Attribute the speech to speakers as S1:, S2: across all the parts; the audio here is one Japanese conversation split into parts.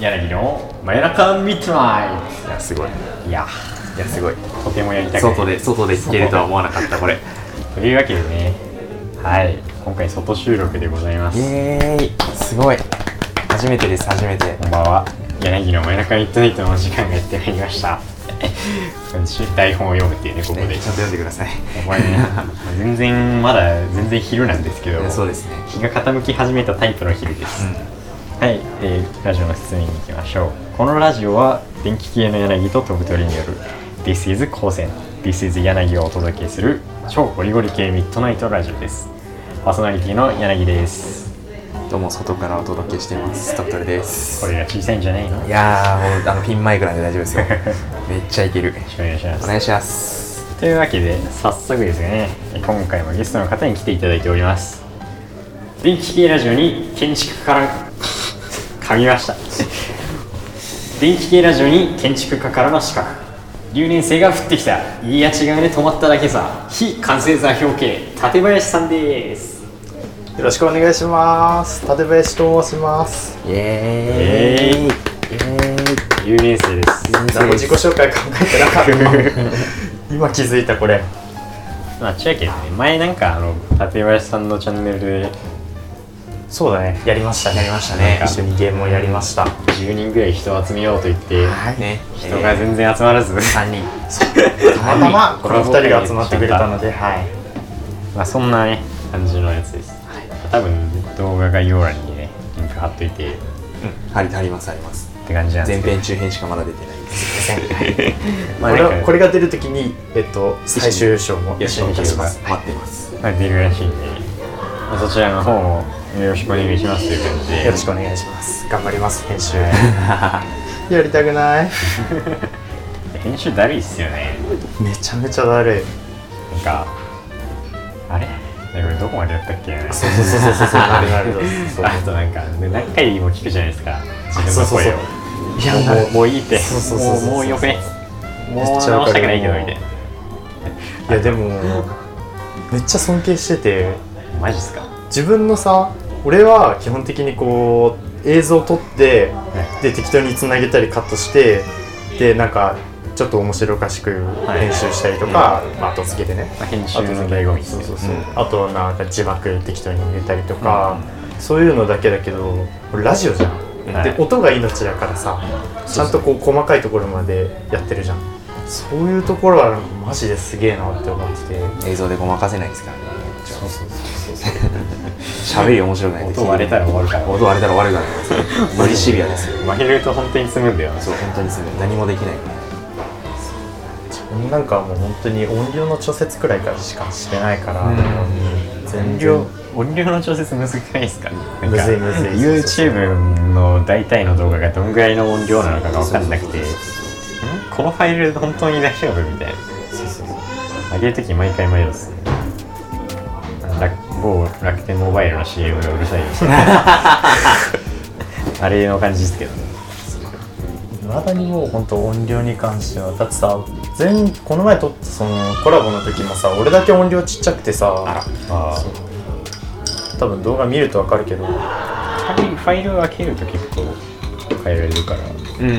S1: 柳の真夜中ミッドナ
S2: いやすごい
S1: イトいや
S2: いやすごい
S1: とてもやりたくない
S2: 外で外で聞けるとは思わなかったこれ
S1: というわけでねはい今回外収録でございます
S2: イエーイすごい初めてです初めて
S1: こんばんは柳の真夜中ミッドナイトのお時間がやってまいりました台本を読むっていうねここで、
S2: ねち ゃんと読んでください
S1: お前ね全然まだ全然昼なんですけど
S2: そうですね
S1: 日が傾き始めたタイプの昼です、はい、えーラジオの説明に行きましょうこのラジオは電気系の柳と飛ぶ鳥による This is 光線 This is 柳をお届けする超ゴリゴリ系ミッドナイトラジオですパーソナリティの柳です
S2: どうも外からお届けしてますトットルです
S1: これが小さいんじゃないの
S2: い
S1: よ
S2: やーもうあのピンマイクなんで大丈夫 ですよめっちゃいける
S1: ろしくお願いしま
S2: お
S1: す
S2: 願いします
S1: というわけで早速ですね今回もゲストの方に来ていただいております電気系ラジオに建築家から 噛みました電気系ラジオに建築家からの資格留年生が降ってきたいや違うね止まっただけさ非完成座標系館林さんです
S3: よろしくお願いします。立林と申します。
S2: イエーイ
S1: イエーイ
S2: イエーイ
S1: 留年生です
S3: 何も自己紹介考えてなかった。 今気づいたこれ。
S1: まあ千秋ね前なんかあの館林さんのチャンネルで
S3: そうだね。やりましたね。
S2: やりましたね
S3: 一緒にゲームをやりました。
S1: 10人ぐらい人を集めようと言って
S2: はいね
S1: 人が全然集まらず、
S2: 3人
S3: たまたまこの二人が集まってくれたので、はい。
S1: まあそんなね感じのやつです、多分動画概要欄にねリンク貼っといてっ
S2: 貼り貼りますあります
S1: て感じなんです
S2: 前
S1: けど
S2: 編中編しかまだ出てないです
S1: まあ
S3: これ
S1: なん
S3: は
S1: か
S3: これが出るときにえっと最終優勝も
S2: よろしくお願いします
S3: お願
S2: 待っています
S1: まあ出るらしいんで、まあ、そちらの方もよろしくお願いしますという感じ
S3: いします
S1: で
S3: よろしくお願いします。頑張ります編集。やりたくない。
S1: 編集だるいっすよね
S3: めちゃめちゃだるい。
S1: なんかあれこれどこまでやったっけな
S3: そうそうそうそうそう。なるなる。そう
S1: あとなんかね何回も聞くじゃないですか自分の
S3: そうそう
S1: 声
S3: そう
S1: を
S3: いや
S1: もうもういいって
S3: そうそうそうそう
S1: もうもうよくねもう
S3: め
S1: 直
S3: っちゃわ
S1: し
S3: か
S1: た
S3: る
S1: くないけどみたいない
S3: やでもめっちゃ尊敬してて。
S1: マジっすか
S3: 自分のさ俺は基本的にこう映像を撮ってで適当につなげたりカットしてでなんかちょっと面白おかしく
S1: い
S3: 編集したりとか、まあ、後付けでね
S1: まあ編集の醍醐味っす
S3: そ
S1: よ
S3: うそうそう、
S2: うん
S3: あとなんか字幕適当に入れたりとか、そういうのだけだけどこれラジオじゃん、
S1: はい
S3: で音が命だからさちゃんとこう細かいところまでやってるじゃんそういうところはなんかマジですげえなって思ってて
S2: 映像でごまかせないですからねそうそうそう喋り面白くない
S1: 音割れたら終わるから
S2: 音割れたら悪くなりますマジシビアですよ
S1: 負けると本当に済むんだよ
S2: そう本当にすごい何もできないから
S3: なんかもう本当に音量の調節くらいからしかしてないから、全
S1: 音
S3: 然
S1: 量音量の調節むずくないですかなんか
S3: むずいむずい
S1: YouTube の大体の動画がどんぐらいの音量なのかが分かんなくてんこのファイル本当に大丈夫みたいな上げるとき毎回迷うっすね楽某楽天モバイルの CM がうるさい ですあれの感じですけどね
S3: いまだにもう本当音量に関してはだってさ全この前撮ったそのコラボの時もさ俺だけ音量ちっちゃくてさ
S1: あ
S3: 多分動画見るとわかるけど
S1: あファイルファイルを開けると結構変えられるから
S2: うん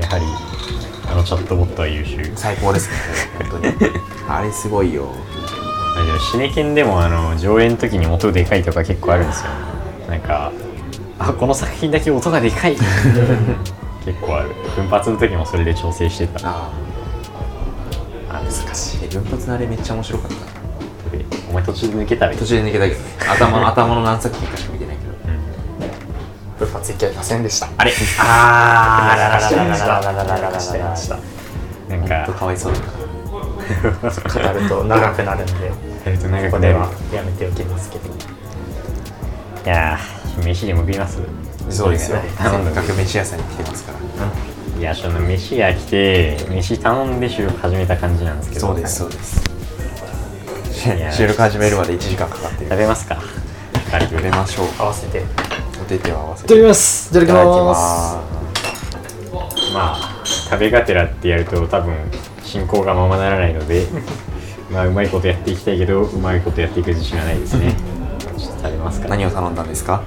S1: やはりあのチャットボットは優秀
S2: 最高ですね本当にあれすごいよ
S1: あでもシネケンでもあの上演の時に音でかいとか結構あるんですよなんかあこの作品だけ音がでか い結構ある奮発の時もそれで調整してた
S2: あ
S1: あ難しい
S2: あ分発のあれめっちゃ面白かった
S1: お前途中で抜けたらいい
S2: 途中で抜けたけどね頭 の頭の何作品かしか見てないけど
S3: 部活行きゃいませんでした
S1: あれ
S2: あ
S3: あららららららららららら
S1: なん
S2: ほんと
S1: か
S2: かわいそうだから
S3: 語ると長くな るんで
S1: えっと長
S3: こ
S1: く
S3: こ
S1: な
S3: で
S1: る
S3: はやめておきますけど
S1: いやー飯でも食います
S2: そうですよ
S3: そ
S1: ね
S3: うです
S2: せっかく飯屋さんに来てますから
S1: いやその飯が来て飯頼んで収録始めた感じなんですけど
S2: そうですそうです
S1: いや
S2: 収録始めるまで1時間かかってる
S1: 食べますか軽く
S2: 食べましょう
S3: 合わせてい
S2: お手手を合わせ
S3: た
S2: て
S3: だきますいただきます
S1: まあ食べがてらってやると多分進行がままならないの でまあうまいことやっていきたいけどうまいことやっていく自信はないですねちょっと食べますか
S2: 何を頼んだんですか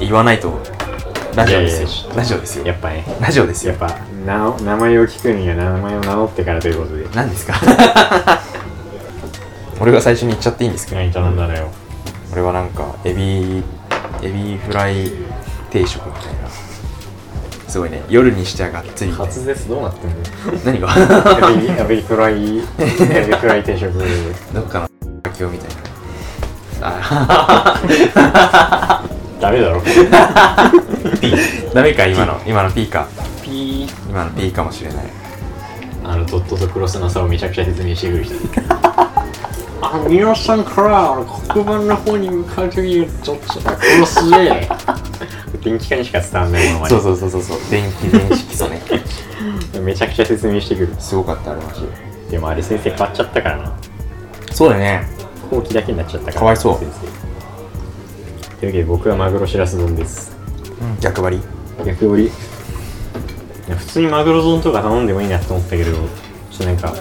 S2: 言わないとラジオですよ
S1: いやいやちょっ
S2: ラジオですよ
S1: やっぱね
S2: ラジオです
S1: や
S2: よ
S1: っぱ名を名前を聞くには名前を名乗ってからということで
S2: 何ですか 俺が最初に言っちゃっていいんですか
S1: 何頼んだのよ
S2: 俺はなんかエビエビフライ定食みたいなすごいね夜にしてはがっつりみたい
S1: 滑
S2: な
S1: 舌どうなってんの
S2: 何が
S1: エビエビフライエビフライ定食
S2: どっかの今日みたいな
S1: ダメだろ
S2: ダメか今の今の P か
S1: ピー
S2: 今の P かもしれない
S1: あのドットとクロスの差をめちゃくちゃ説明してくる人 あの皆さんから黒板の方に向かう時にちょっとクロスで電気化にしか伝わんないものま
S2: そうそうそうそうそう電気電子基礎 ね
S1: でめちゃくちゃ説明してくる
S2: すごかったあれマジで
S1: でもあれ先生買っちゃったからな
S2: そうだね
S1: 後期だけになっちゃったから
S2: かわいそう
S1: 先生というわけで僕はマグロシラス丼です
S2: 逆張り
S1: 逆折りいや普通にマグロ丼とか頼んでもいいなと思ったけどちょっとなんか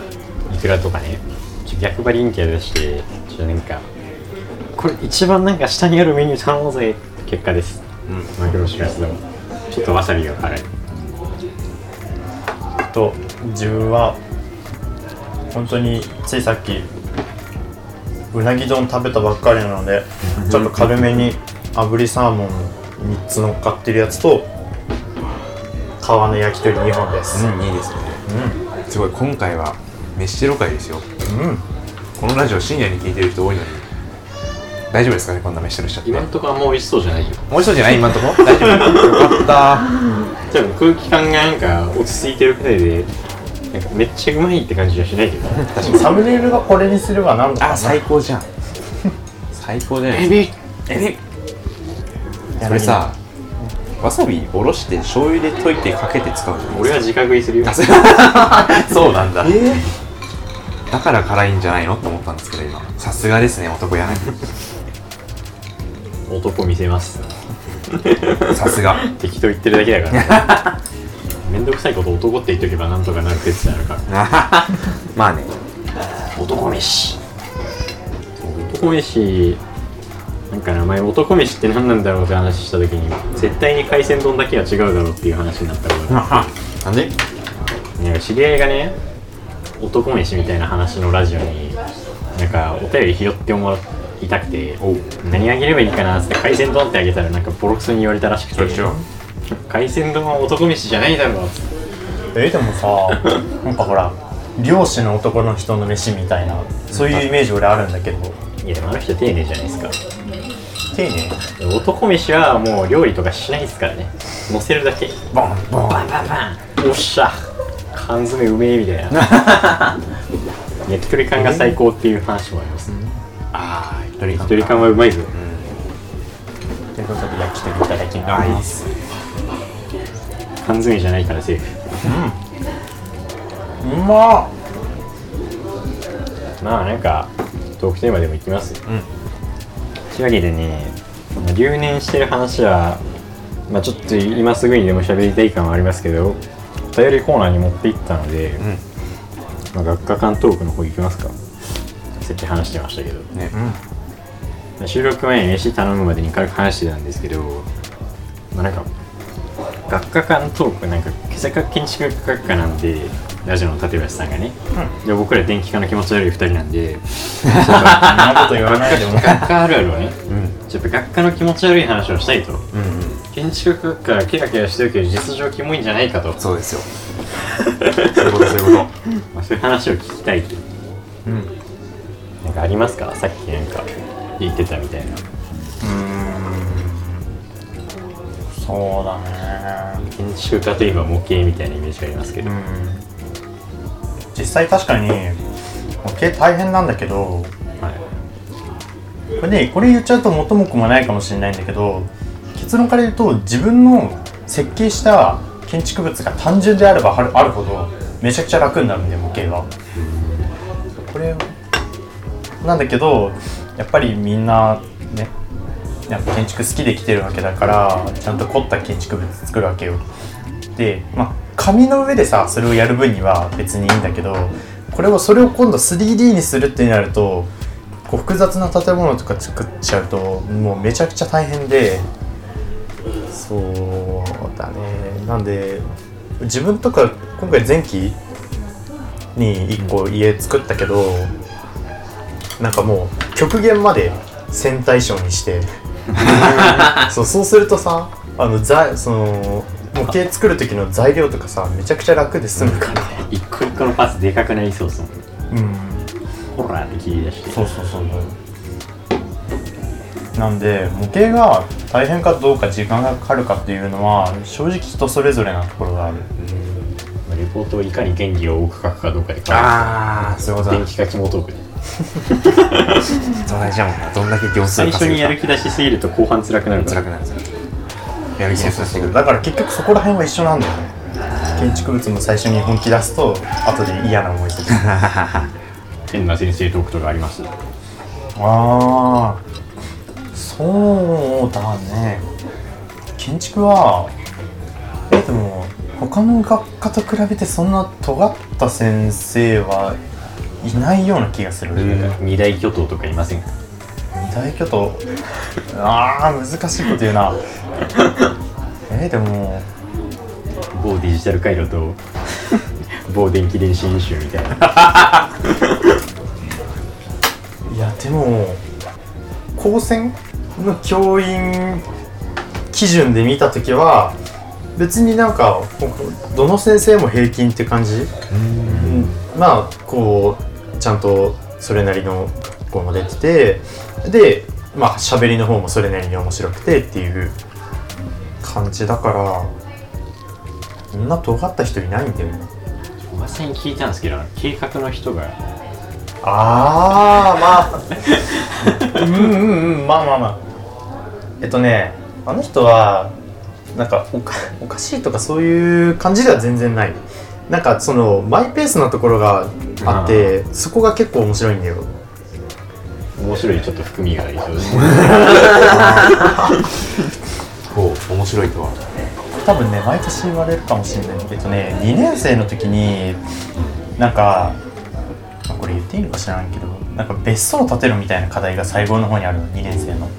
S1: いくらとかねちょっと逆張り人気だしちょっとなんかこれ一番なんか下にあるメニュー頼もうぜ結果です
S2: うん
S1: マグロシラス丼ちょっとわさびが辛い
S3: と自分は本当についさっきうなぎ丼食べたばっかりなのでちょっと軽めに炙りサーモン3つ乗っかってるやつと皮の焼き鳥2本です
S2: うんいいですねすごい今回は飯テロ会ですよ
S3: うん、うん、
S2: このラジオ深夜に聞いてる人多いのに大丈夫ですかねこんな飯テロしちゃって
S1: 今んとこあんま美味しそうじゃないよ
S2: もう一人じゃない今んとこ大丈夫よ かっ
S1: 多分空気感がなんか落ち着いてるくらいでなんかめっちゃうまいって感じはしないけど
S3: サムネイルがこれにすればなんだ
S2: たあ
S3: か
S2: 最高じゃん最高じゃない
S1: エビ
S2: え
S3: な
S2: これさわさびおろして醤油で溶いてかけて使うじゃない
S1: 俺は自覚食いする よ
S2: あそうそうなんだだから辛いんじゃないのと思ったんですけど今さすがですね男やな
S1: 男見せます
S2: さすが
S1: 適当言ってるだけだから ねめんどくさいこと男って言っとけばなんとかなるって言ってたのか
S2: まあね
S1: 男飯男飯なんか名前男飯って何なんだろうって話した時に絶対に海鮮丼だけは違うだろうっていう話になったことが
S2: なんで
S1: なんか知り合いがね男飯みたいな話のラジオになんかお便り拾ってもらいたくて
S2: おう
S1: 何あげればいいかなっつって海鮮丼ってあげたらなんかボロクソに言われたらしくて海鮮丼は男飯じゃないだろうっつって
S3: えでも さなんかほら漁師の男の人の飯みたいなそういうイメージ俺あるんだけど
S1: いやでもあの人丁寧じゃないですか
S3: 丁寧
S1: 男飯はもう料理とかしないですからね乗せるだけ
S2: ボンボン
S1: バンバンバンおっしゃ缶詰うめえみたいな 焼き鳥缶が最高っていう話もあります
S2: ああ一人
S1: 焼き鳥缶はうまいぞ
S3: ということで焼き鳥いただき
S2: ああいい
S3: ま
S2: っ
S3: す
S2: す
S1: 缶詰じゃないからセーフ
S3: うまっ
S1: まあなんかトークテーマでもいきます
S2: うん
S1: というわけでね留年してる話はまあちょっと今すぐにでも喋りたい感はありますけどお便りコーナーに持っていったので、
S2: ん
S1: まあ、学科間トークの方行きますかさっき話してましたけど
S2: ね
S1: 収録前に飯頼むまでに軽く話してたんですけど、まあ、なんか学科間トークなんか建築建築学科なんでラジオの立橋さんがね、で僕ら電気科の気持ち悪い2人なん でそんな
S3: こと言わないでも
S1: 学科あるあるをね、ちょっと学科の気持ち悪い話をしたいと、建築学科はキラキラしてるけど実情キモいんじゃないかと
S2: そうですよ そういうことそういうこ
S1: まあ、そういう話を聞きたいとうんなんかありますかさっきなんか言ってたみたいな
S3: そうだね
S1: 建築家といえば模型みたいなイメージがありますけど、
S3: 実際確かに模型大変なんだけど
S1: はい
S3: これねこれ言っちゃうと元も子もないかもしれないんだけど結論から言うと自分の設計した建築物が単純であればはるあるほどめちゃくちゃ楽になるんで模型は。これなんだけどやっぱりみんなねやっぱ建築好きで来てるわけだからちゃんと凝った建築物作るわけよ。で、まあ、紙の上でさそれをやる分には別にいいんだけどこれをそれを今度 3D にするってなるとこう複雑な建物とか作っちゃうともうめちゃくちゃ大変でそうだねなんで自分とか今回前期に1個家作ったけどなんかもう極限まで線対称にしてそうそうするとさあのざその模型作る時の材料とかさめちゃくちゃ楽で済むから
S1: 一個一個のパーツでかくなりそうっすもん
S3: うん
S1: ほらって切り出して
S3: そうそうそうなんで模型が大変かどうか時間がかかるかっていうのは正直人それぞれなところがある
S1: まあレポートをいかに原理を多く書くかどうかで変わ
S2: ああそういうこ
S1: る電
S2: とだ
S1: 気書きもトークね
S2: そう大事だもんなどんだけ行数
S1: 最初にやる
S2: 気
S1: 気出しすぎると後半辛くなるか
S2: 辛
S1: ら
S2: くなる辛くなるやる気がさせてくる
S3: だから結局そこら辺は一緒なんだよね建築物も最初に本気出すと後で嫌な思いする
S1: 変な先生トークとかあります
S3: ああそうだね建築はえでも他の学科と比べてそんな尖った先生はいないような気がする、
S1: 二大巨頭とかいませんか
S3: 大巨頭あー難しいこと言うなえー、でも
S1: 某デジタル回路と某電気電子演習みたいない
S3: やでも高専の教員基準で見た時は別になんかどの先生も平均って感じうんまあこうちゃんとそれなりの学校も出ててでまあ喋りの方もそれなりに面白くてっていう感じだからそんな尖った人いないんだよね
S1: おばさんに聞いたんですけど計画の人が
S3: ああまあうんうんうんまあまあまあえっとねあの人はなんかおかおかしいとかそういう感じでは全然ないなんかそのマイペースなところがあってそこが結構面白いんだよ
S1: 面白いちょっと含みがありそうです
S2: こう面白いとは
S3: 多分ね毎年言われるかもしれないけどね2年生の時になんかまあこれ言っていいのか知らないけどなんか別荘を建てるみたいな課題が最後の方にあるの2年生の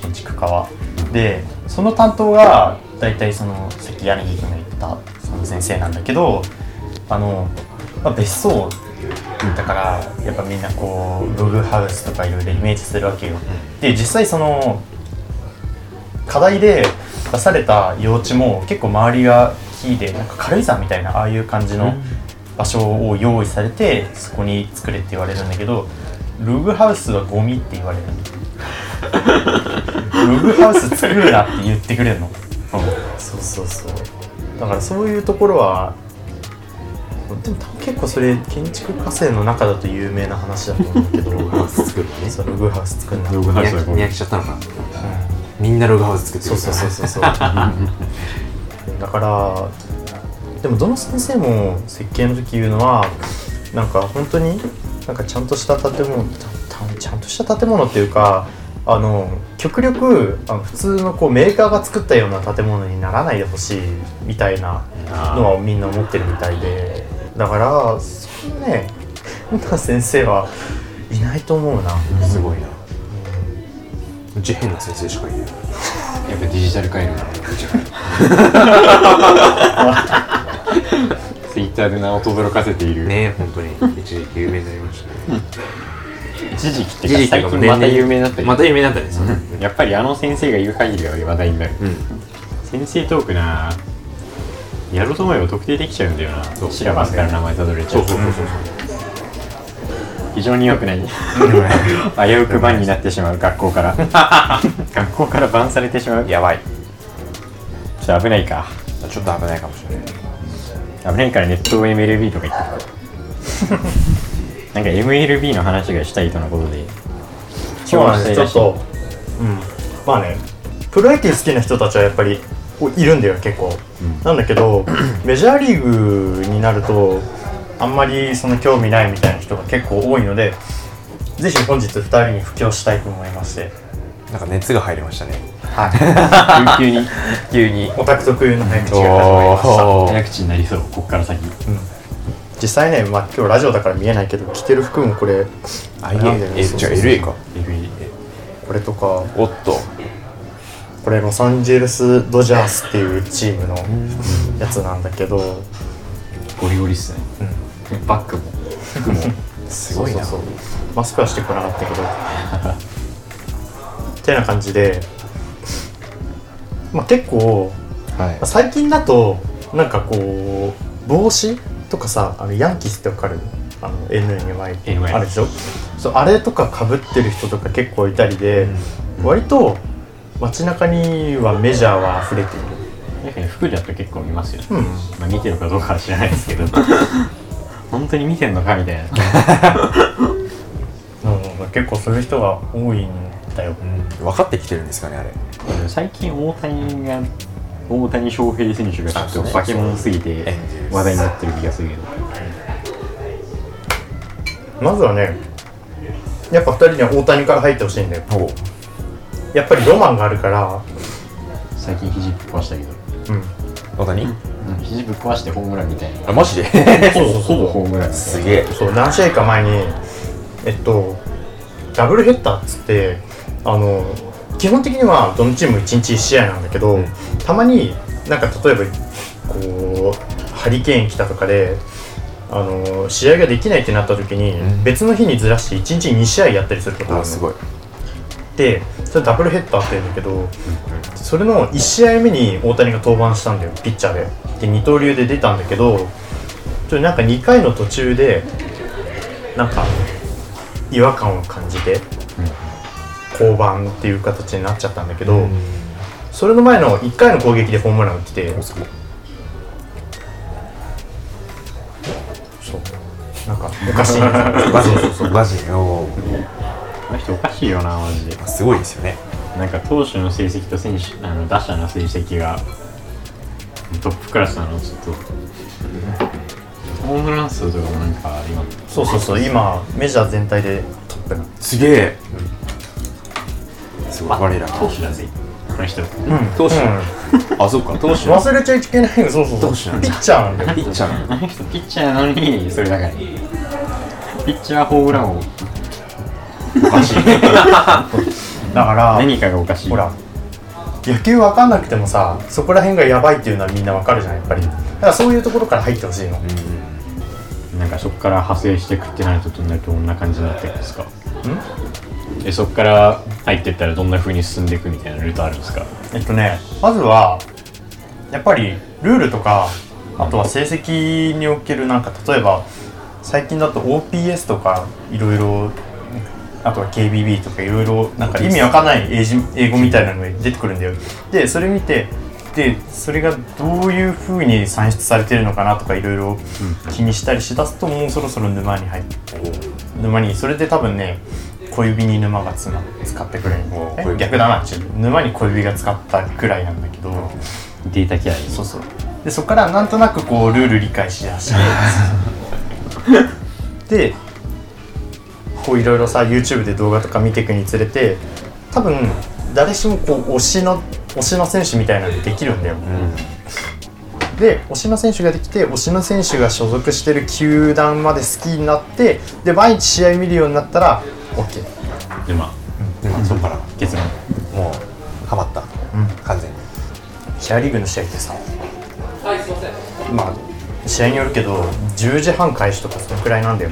S3: 建築家は。でその担当が大体そのさっき柳君が言ったその先生なんだけどあの、まあ、別荘だからやっぱみんなこうログハウスとかいろいろイメージするわけよ。で実際その課題で出された用地も結構周りが木でなんか軽井沢みたいなああいう感じの場所を用意されてそこに作れって言われるんだけどログハウスはゴミって言われ るのログハウス作るなって言ってくれるの、そうそうそうだからそういうところはでも多分結構それ建築家政の中だと有名な話だと思うけど ログ
S2: ハウス作るのね
S3: そうログハウス作るな
S1: ログハウスはこう
S2: 見飽きちゃったのかなみんなログハウス作って
S3: そう
S2: る
S3: そうそうそうそう だからでもどの先生も設計の時言うのはなんか本当になんかちゃんとした建物たたちゃんとした建物っていうかあの極力あの普通のこうメーカーが作ったような建物にならないでほしいみたいなのはみんな思ってるみたいでだからそんなね そんな先生はいないと思うな。
S2: すごいなうち変な先生しかいない
S1: やっぱデジタル回路なのツイッターで名をとどろかせている、
S2: ねえ本当に一時期有名になりましたね
S1: 一時期っていうか最近また有名になったり
S2: また有名になったりそうね
S1: やっぱりあの先生が言う限りは話題になる、先生トークなやろうと思えば特定できちゃうんだよな
S2: う
S1: シラバスから名前たどれちゃ
S2: そう
S1: う
S2: そうそうそう
S1: 非常に良くない危うく番になってしまう学校から 学校からバンされてしまういや
S2: やばい
S1: ちょっと危ないか
S2: ちょっと危ないかもしれない
S1: 危ないからネット MLB とか言って たなんか MLB の話がしたいとのこと で
S3: そうなんです
S1: ち
S3: ち
S1: ょ
S3: ょっと、うん、まあねプロ野球好きな人たちはやっぱりおいるんだよ結構、なんだけ どメジャーリーグになるとあんまりその興味ないみたいな人が結構多いのでぜひ本日2人に布教したいと思いまして
S2: なんか熱が入りましたね
S1: はい急に急に
S3: オタク特有の早口が始 まりました
S2: お
S1: 早口になりそうこっから先
S3: 実際ね、まあ、今日ラジオだから見えないけど着てる服もこれあれなんだよ
S2: IA
S3: ね
S2: え
S3: そう
S2: じ
S3: そ
S2: ゃ
S3: う
S2: あ
S3: そう
S2: LA か
S1: えぐい
S3: これとか
S2: おっと
S3: これロサンゼルス・ドジャースっていうチームのやつなんだけど
S2: ゴリゴリっすねバックも服もすごいな
S3: そうそうそうマスクはしてこな かったけどてな感じで、まあ、結構
S2: はい
S3: 最近だとなんかこう帽子とかさあのヤンキースってわかるあの NMI
S1: NMI
S3: あるでしょそうあれとかかぶってる人とか結構いたりで、割と街中にはメジャーは溢れている
S1: 確かに服だと結構見ますよね、
S3: うん
S1: まあ、見てるかどうかは知らないです けど本当に見てんのかみたいな
S3: うん結構そういう人が多いんだよ、
S2: 分かってきてるんですかねあれ
S1: 最近大谷が大谷翔平選手がちょっと化け物すぎて話題になってる気がするけど
S3: まずはねやっぱ2人には大谷から入ってほしいんだよ
S2: ほう
S3: やっぱりロマンがあるから、
S1: 最近肘ぶっ壊したけど
S3: うん、
S2: 大谷
S1: 肘ぶっ壊してホームランみたいな
S2: あマジで
S3: そうそう
S1: ほぼホームランみたいな
S2: すげえ
S3: そう何試合か前にえっとダブルヘッダーっつってあの基本的にはどのチーム1日1試合なんだけど、たまになんか例えばこうハリケーン来たとかであの試合ができないってなった時に、
S2: うん
S3: 別の日にずらして1日2試合やったりすることがある
S2: あ
S3: の
S2: すごい
S3: でそれダブルヘッダーって言うんだけどそれの1試合目に大谷が登板したんだよピッチャーでで二刀流で出たんだけどちょっとなんか2回の途中でなんか違和感を感じて降板っていう形になっちゃったんだけど、それの前の1回の攻撃でホームラン打って て
S2: すごい
S3: そうなんかおかしい な
S2: マジマジおー
S1: この人おかしいよなマジです
S2: ごいですよね
S1: なんか投手の成績と選手あの打者の成績がトップクラスなのちょっとホームラン数とかもなんか今
S3: そうそうそう今メジャー全体でトップな
S2: すげえすごい我ら
S1: 投手だぜこの人
S2: 投手
S3: うん
S2: あそうか投手
S3: 忘れちゃいけないよそうそうそ
S2: どうしよ
S3: う
S2: う
S3: ピッチャーなんだよ
S2: ピッチャー
S1: あ
S2: な
S1: の人ピッチャーなのにそれだからピッチャーホームランを
S2: のおかしい
S3: だ から
S1: 何かがおかしい
S3: ほら野球わかんなくてもさそこら辺がやばいっていうのはみんなわかるじゃんやっぱりだからそういうところから入ってほしいの、
S1: なんかそこから派生していくってなるとどんなどんな感じになってるんですかえそこから入ってったらどんな風に進んでいくみたいなルートあるんですか
S3: えっとねまずはやっぱりルールとかあとは成績におけるなんか例えば最近だと OPS とかいろいろあとは KBB とかいろいろなんか意味わかんない英字英語みたいなのが出てくるんだよでそれ見てでそれがどういうふうに算出されてるのかなとかいろいろ気にしたりしだすともうそろそろ沼に入って沼にそれで多分ね小指に沼がつま使ってくれる
S2: お
S3: え
S2: 小指
S3: 逆だなちょっと沼に小指が使ったくらいなんだけど、
S1: データ嫌い
S3: そうそうでそこからなんとなくこうルール理解しだしてでこういろいろさ YouTube で動画とか見ていくにつれて多分誰しもこう推しの推しの選手みたいなのできるんだよ、で推しの選手ができて推しの選手が所属してる球団まで好きになってで毎日試合見るようになったら OK
S1: でまあ
S2: 今そっから
S1: 結論
S2: もうハマった、完全に
S3: シェアリーグの試合ってさまあ試合によるけど10時半開始とかそのくらいなんだよ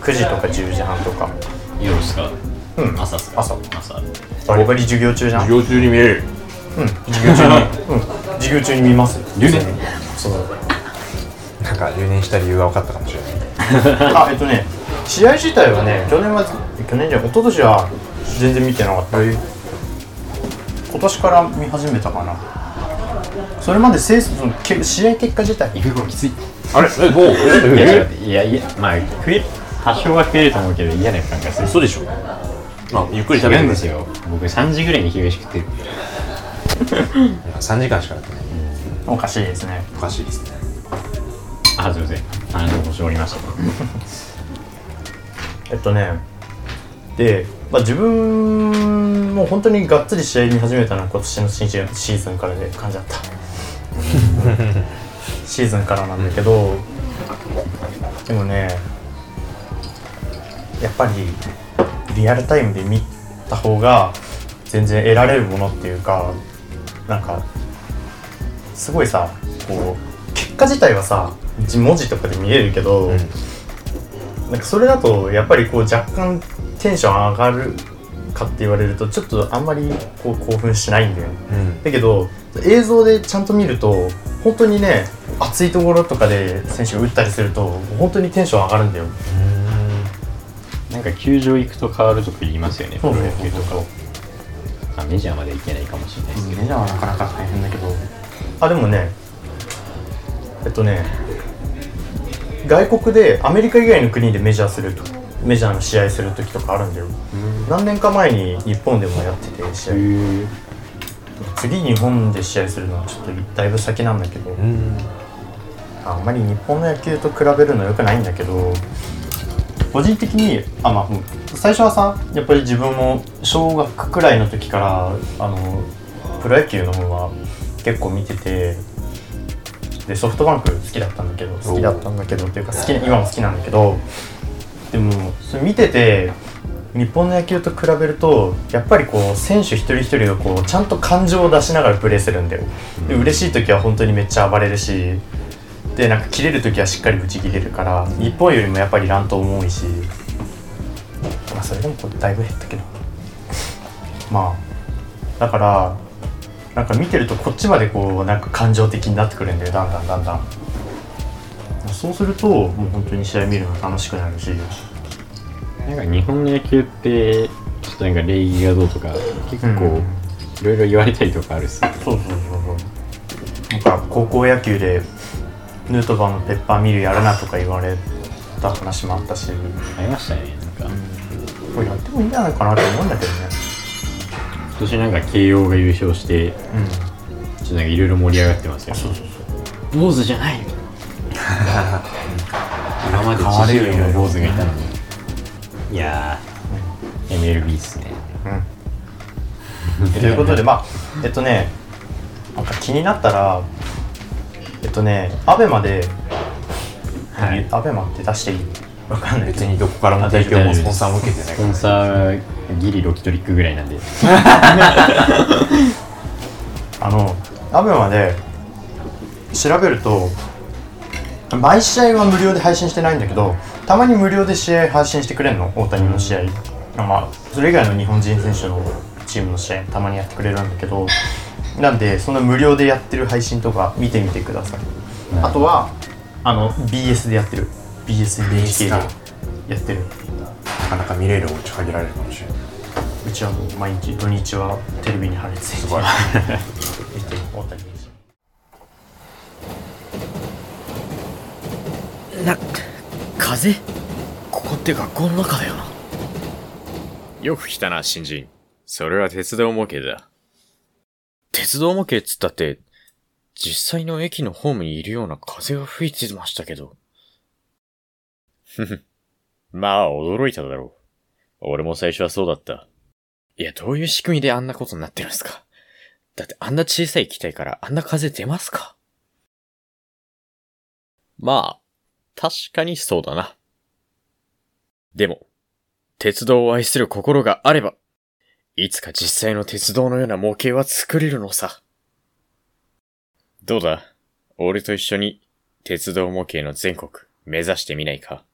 S3: 9時とか10時半とか
S1: 夜ですか
S3: うん
S1: 朝っすか
S3: 朝
S1: 朝
S3: バリバリ授業中じゃん
S2: 業中に見える
S3: うん授業中に、うん、授業中に見ますよ
S2: 留年
S3: そう
S2: なんか留年した理由が分かったかもしれない
S3: あえっとね試合自体はね去年は去年じゃない一昨年は全然見てなかった今年から見始めたかなそれまで成績そのけ試合結果自体
S1: 結構きつい
S2: あれえもう
S1: いやいやいやまあ食え多少は食えると思うけど嫌な予感がする
S2: そうでしょまあゆっくり
S1: 食
S2: 食べ
S1: べ
S2: る
S1: る
S2: ん
S1: ん
S2: で
S1: ですす
S2: よ
S1: よ僕3時ぐらいに昼飯食ってる
S2: 3時間しかなってない
S3: おかしいですね
S2: おかしいですね
S1: あすいません話を腰折りました
S3: えっとねで、まあ、自分も本当にがっつり試合見始めたのは今年のシーズンシーズンからで感じだったシーズンからなんだけどでもねやっぱりリアルタイムで見た方が全然得られるものっていうかなんかすごいさこう結果自体はさじ文字とかで見れるけど、なんかそれだとやっぱりこう若干テンション上がるかって言われるとちょっとあんまりこう興奮しないんだよね
S2: うん
S3: だけど映像でちゃんと見ると本当にね熱いところとかで選手が打ったりすると本当にテンション上がるんだよ
S1: なんか球場行くと変わるとか言いますよね、プ
S3: そう
S1: ロ
S3: そう
S1: 野
S3: そう
S1: 球とか。まあメジャーまで行けないかもしれないですけど。
S3: メジャーはなかなか大変だけどあでもねえっとね外国でアメリカ以外の国でメジャーするとメジャーの試合する時とかあるんだよ何年か前に日本でもやってて試合
S1: へえ
S3: 次日本で試合するのはちょっとだいぶ先なんだけど
S2: うん
S3: あんまり日本の野球と比べるの良くないんだけど個人的にあ、まあ、うん最初はさやっぱり自分も小学くらいの時からあのプロ野球の方は結構見ててでソフトバンク好きだったんだけど好きだったんだけどっていうか好き今も好きなんだけどでもそれ見てて日本の野球と比べるとやっぱりこう選手一人一人がこうちゃんと感情を出しながらプレーするんだよ。で嬉しい時は本当にめっちゃ暴れるしでなんか切れる時はしっかりブチ切れるから日本よりもやっぱり乱闘も多いしまあそれでもこうだいぶ減ったけど まあだからなんか見てるとこっちまでこうなんか感情的になってくるんだよだんだんだんだんそうするともう本当に試合見るの楽しくなるし
S1: なんか日本の野球って、ちょっとなんか礼儀がどうとか、結
S3: う
S1: 構
S3: ん
S1: いろいろ言われたりとかあるっすよね。
S3: そうそうそうそうなんか高校野球でヌートバーのペッパーミルやるなとか言われた話もあったし
S1: ありましたね、なんか。
S3: これやってもいいんじゃないかなと思うんだけどね
S1: 今年なんか慶応が優勝して、
S3: う
S1: ち
S3: ん
S1: ょっとなんかいろいろ盛り上がってますよ、ね。
S3: そうそう
S1: 坊主じゃない 今まで
S3: 変わ
S1: 自
S3: るよ
S1: 由の坊主がいたのにいやー MLB っすね
S3: そう、ということでまあえっとねなんか気になったらえっとねアベマで、
S1: はい
S3: アベマって出していいわかんないけ
S2: 別
S3: ど
S2: にどこからも提供もスポンサーも受けてない
S1: ス
S2: か
S1: ポ
S2: ら
S1: ンサーギリロキトリックぐらいなんで
S3: あのアベマで調べると毎試合は無料で配信してないんだけどたまに無料で試合配信してくれるの大谷の試合、まあそれ以外の日本人選手のチームの試合たまにやってくれるんだけどなんでその無料でやってる配信とか見てみてくださいあとはあの BS でやってる BS で NHK で
S2: か
S3: やってる
S2: なかなか見れるお家限られるかもしれないう
S3: ちはもう毎日土日はテレビに貼り付いて
S2: ごい
S3: 見て大谷選手
S4: な風ここって学校の中だよな
S5: よく来たな、新人。それは鉄道模型だ。
S4: 鉄道模型っつったって実際の駅のホームにいるような風が吹いてましたけど
S5: まあ、驚いただろう。俺も最初はそうだった。
S4: いやどういう仕組みであんなことになってるんですかだってあんな小さい機体からあんな風出ますか
S5: まあ、確かにそうだな。でも、鉄道を愛する心があれば、いつか実際の鉄道のような模型は作れるのさ。どうだ俺と一緒に鉄道模型の全国目指してみないか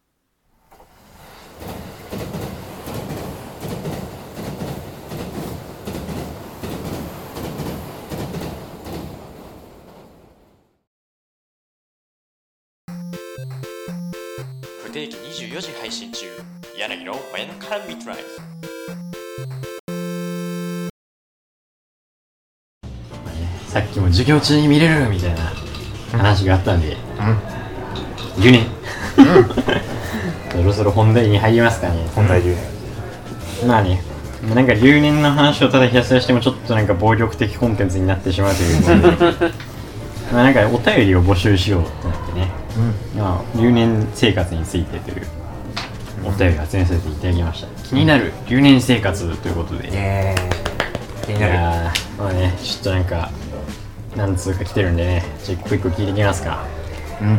S4: 不定期24時配信中柳の真夜中ミッドライフ
S1: さっきも授業中に見れるみたいな話があったんで留 年そろそろ本題に入りますかね
S2: 本題流ね
S1: まあねなんか留年の話をただひたすらしてもちょっとなんか暴力的コンテンツになってしまうという問題まあなんかお便りを募集しようってなってね、まあ、留年生活についてというお便りを集めさせていただきました、気になる留年生活ということで、
S2: イエーイ気にないる
S1: やーまあねちょっとなんか何通か来てるんでねじゃあ一個一個聞いてきますか
S3: うん
S1: ま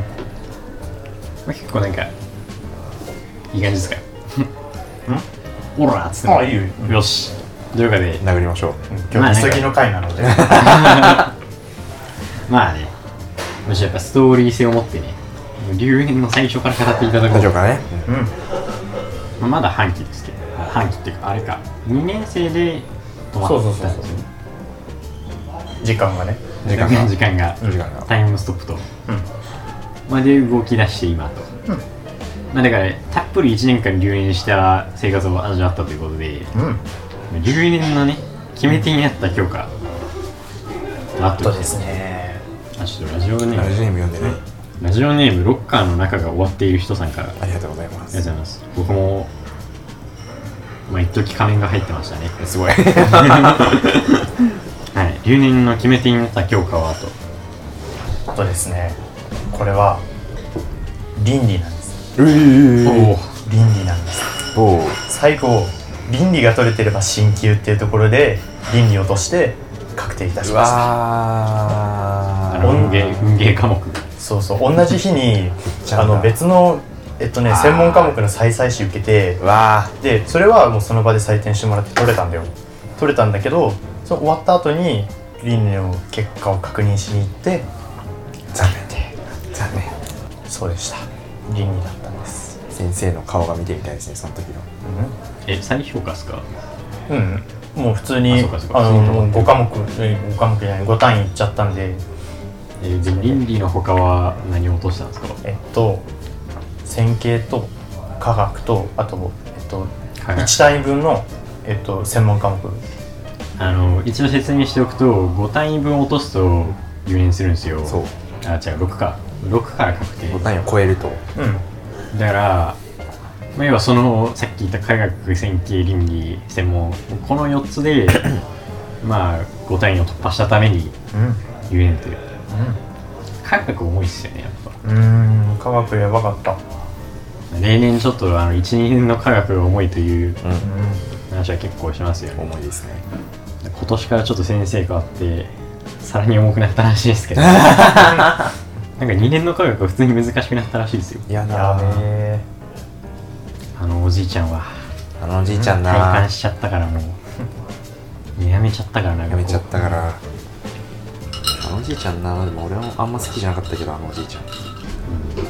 S1: あ、結構なんか いい感じですかんオラっつって
S3: あいいよ
S1: よしどうかで
S2: 殴りましょう
S3: 今日急ぎの回なので、
S1: まあねむしろやっぱストーリー性を持ってね留年の最初から語っていただこ
S2: 大
S1: う
S2: 丈夫かね、
S1: まあ、まだ半期ですけど半期っていうかあれか2年生で止まったんですよね
S3: そうそうそう時間がね
S1: 時間が時間が
S2: 時間が
S1: タイムストップと、まあで動き出して今と、まあ、だからたっぷり1年間留年した生活を味わったということで、
S3: うん
S1: 留年のね決め手になった教科あと
S3: すね
S1: あちょっとラジオネ
S2: ラ
S1: ー
S2: ジ
S1: ム
S2: オネーム読んでね、
S1: ラジオネームロッカーの中が終わっている人さんからありが
S2: ありがとうございま
S1: とうご
S2: す
S1: ざいます僕もまあ一時仮面が入ってましたね
S2: すごい
S1: はい留年の決め手になった教科はと
S3: あとですねこれは倫理なんです
S1: おお
S3: 倫理なんです
S2: おう
S3: 最後倫理が取れてれば進級っていうところで倫理を落として確定いたし
S2: う
S3: ました
S2: わ
S1: あ
S2: ー
S1: の運ゲー運ゲー科目
S3: そうそう同じ日に
S2: ちゃう
S3: あ
S2: な
S3: の別のえっとね
S2: あー
S3: 専門科目の再採取受けて
S2: うわ
S3: でそれはもうその場で採点してもらって取れたんだよ取れたんだけどその終わった後に倫理の結果を確認しに行って
S2: ー残念残念
S3: そうでした倫理だったんです
S2: 先生の顔が見てみたいですねその時の
S1: え再評価ですか
S3: うんもう普通に
S1: あそうかそうか
S3: あの
S1: 普通に
S3: 5科目5科目じゃない5単位いっちゃったんで
S1: えーで倫理の他は何を落としたんですか
S3: えっと線形と科学とあとえっと
S1: 科学
S3: 1単位分のえっと専門科目
S1: あの一応説明しておくと5単位分落とすと留年するんですよ
S2: そう
S1: あ違う6か6から確定
S2: ボタンを超えると
S3: うん
S1: だから、まあ、要はそのさっき言った科学線形倫理専門この4つ でまあ5単位を突破したために
S3: う
S1: 留年という科学重いっすよねやっぱ
S3: ん、うん、科学やばかった、
S1: 例年ちょっとあの1年の科学が重いという
S3: う
S1: 話は結構しますよね
S2: 重いですね
S1: 今年からちょっと先生変わってさらに重くなったらしい ですけど なんか2年の科学が普通に難しくなったらしいですよ
S2: いや
S3: ん、や
S2: だ
S3: べ
S2: ー
S3: え
S1: あのおじいちゃんは
S2: あのおじいちゃん
S1: 体
S2: な
S1: 感しちゃった からもうやめちゃったからなん
S2: や
S1: かこ
S2: め
S1: う
S2: ちゃったからあのおじいちゃんなでも俺もあんま好きじゃなかったけどあのおじいちゃん
S3: で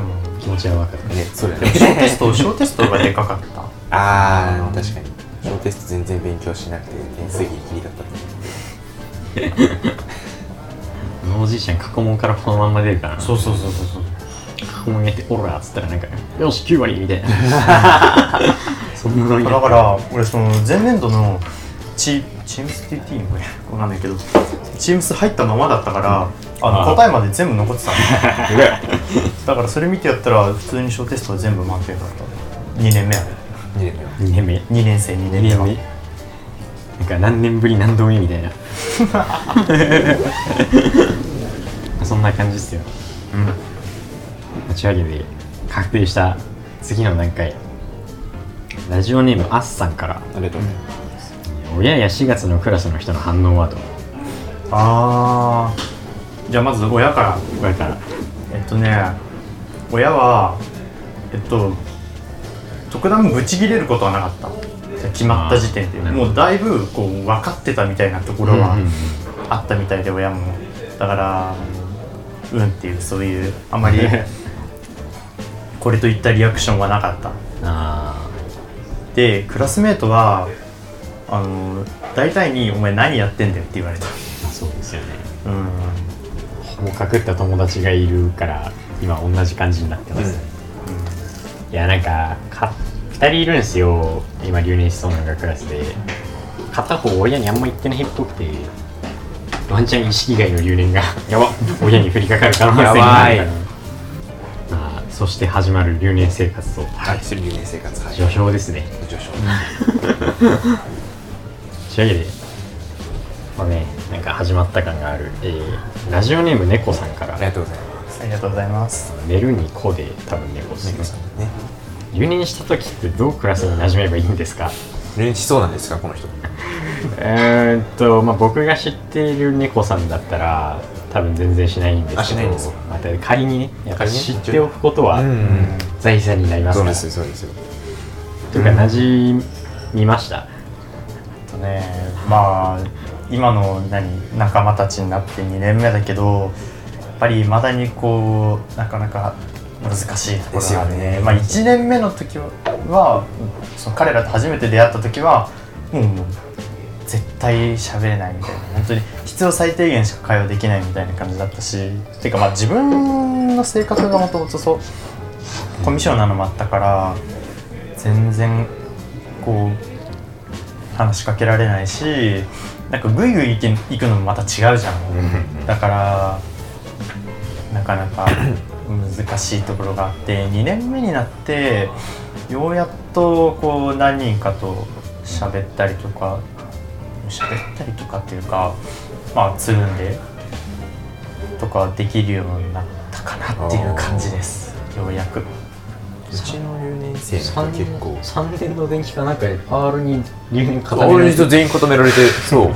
S3: も
S1: 気持ちはわかる
S2: ねそうだよ
S3: 小テ
S2: ね
S3: ス ト小テストがでかかった
S2: ああ確かに小テスト全然勉強しなくて点数ギリギリだったね
S1: あのおじいちゃん過去問からこのまんま出るからな
S3: うそうそうそうそう
S1: 過去問やってオラーっつったらなんかよし9割み たいなそんなのに
S3: だ
S1: な
S3: から俺その前年度のチチームスって言っていいのこれ分かんないけどチームス入ったままだったから、あ
S1: あー
S3: の答えまで全部残ってた のだからそれ見てやったら普通に小テストは全部満点だった2年目やね
S2: 2年目は
S1: 2年目2
S3: 2年生2年目
S1: 年
S3: は
S1: 目なんか何年ぶり何度目み たいなそんな感じっすようんち上げで確定した次の段階ラジオネームあっさんから
S2: ありがとうございま
S1: 親や4月のクラスの人の反応はと
S3: ああじゃあまず親から
S1: これから
S3: えっとね親はえっと特段ブチ切れることはなかった決まった時点で
S1: あーなるほど
S3: もうだいぶこう分かってたみたいなところはあったみたいで親もだからうんっていうそういうあ まりこれといったリアクションはなかった
S1: あ
S3: でクラスメートはあの大体に「お前何やってんだよ」って言われた
S1: あそうですよね
S3: うん
S1: ほぼ隠った友達がいるから今同じ感じになってますね、いやなんかか2人いるんですよ今留年しそうなのがクラスで片方親にあんま言ってないっぽくてワンチャン意識外の留年が やば親に降りかかる可能性があるから
S2: や
S1: まあそして始まる留年生活と
S2: すはいそれ留年生活始ま
S1: 序
S2: り
S1: 章ですね
S2: 上昇
S1: 仕上げでまあねなんか始まった感がある、えーラジオネーム猫さんから
S2: ありがとうございます
S3: ありがとうございます
S1: 寝るにこで多分猫です
S2: 猫さ
S1: ね
S2: んね
S1: 留年した時ってどうクラスに馴染めばいいんですか
S2: 留年しそうなんですかこの人
S1: えーっと、まあ、僕が知っている猫さんだったら多分全然しないんですけど
S2: あしないんです
S1: また仮にねやっぱり
S2: 仮に
S1: 知
S2: ね
S1: っておくことは
S2: うん
S1: 財産になります
S2: そう
S1: か
S2: で
S1: ら
S2: すよそうですよ
S1: というか馴染みました、
S3: ねまあ今の何仲間たちになって2年目だけどやっぱりまだにこうなかなか難しいとこ
S2: で
S3: ろがある
S2: すよ
S3: ね
S2: ね
S3: まあ、1年目の時はその彼らと初めて出会った時はもうもう絶対喋れないみたいな本当に必要最低限しか会話できないみたいな感じだったしていうかまあ自分の性格がもともとそうコミュ障なのもあったから全然こう話しかけられないしなんかグイグイ行け行くのもまた違うじゃんだからなかな か難しいところがあって2年目になってようやっとこう何人かと喋ったりとか喋ったりとかっていうかまあつるんでとかできるようになったかなっていう感じですようやく。
S2: うちの留年生の
S6: 三
S2: 子
S6: 年
S2: 結構
S6: 三年の電気かなんかでパールに留年固めら
S2: 俺
S6: れ
S2: の
S6: て
S2: 人全員固められてそう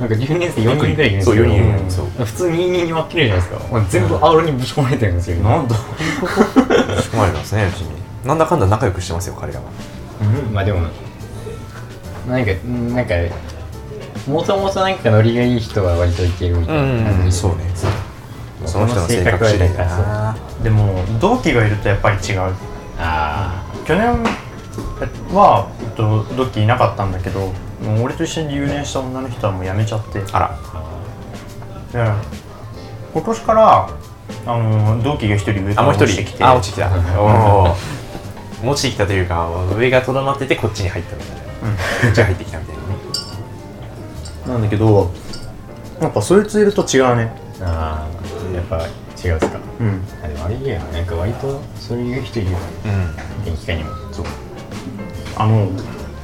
S6: なんか留年生4人ぐらいいるんですけど
S2: そう4人いるそう
S6: 普通に人に分けれるじゃないですか、もう全部 R にぶち込まれてるんですよ
S3: なんだ
S2: 仕込まれてますねうちになんだかんだ仲良くしてますよ彼らは
S6: うんまあでもなんかなんかもともとなんかノリがいい人は割といけるみたいな感じです
S2: そうねその人の性格次第だな
S3: でも同期がいるとやっぱり違う
S6: あ
S3: 去年は、えっと、同期いなかったんだけどもう俺と一緒に留年した女の人はもう辞めちゃってで
S2: あら
S3: 今年からあの同期が一人上か
S2: あ
S3: ら
S2: もう一
S3: 落ちてきて
S2: 人あ落ちてきたおお落ちてきたというか上がとどまっててこっちに入ったみたいなこっちが入ってきたみたいなね
S3: なんだけどやっぱそいついると違うね
S6: ーあーやっぱ違うっすか
S3: うん
S6: あでもあれいいやなんか割とそういう人いるよね
S2: うん
S6: 電気科にもそう
S3: あの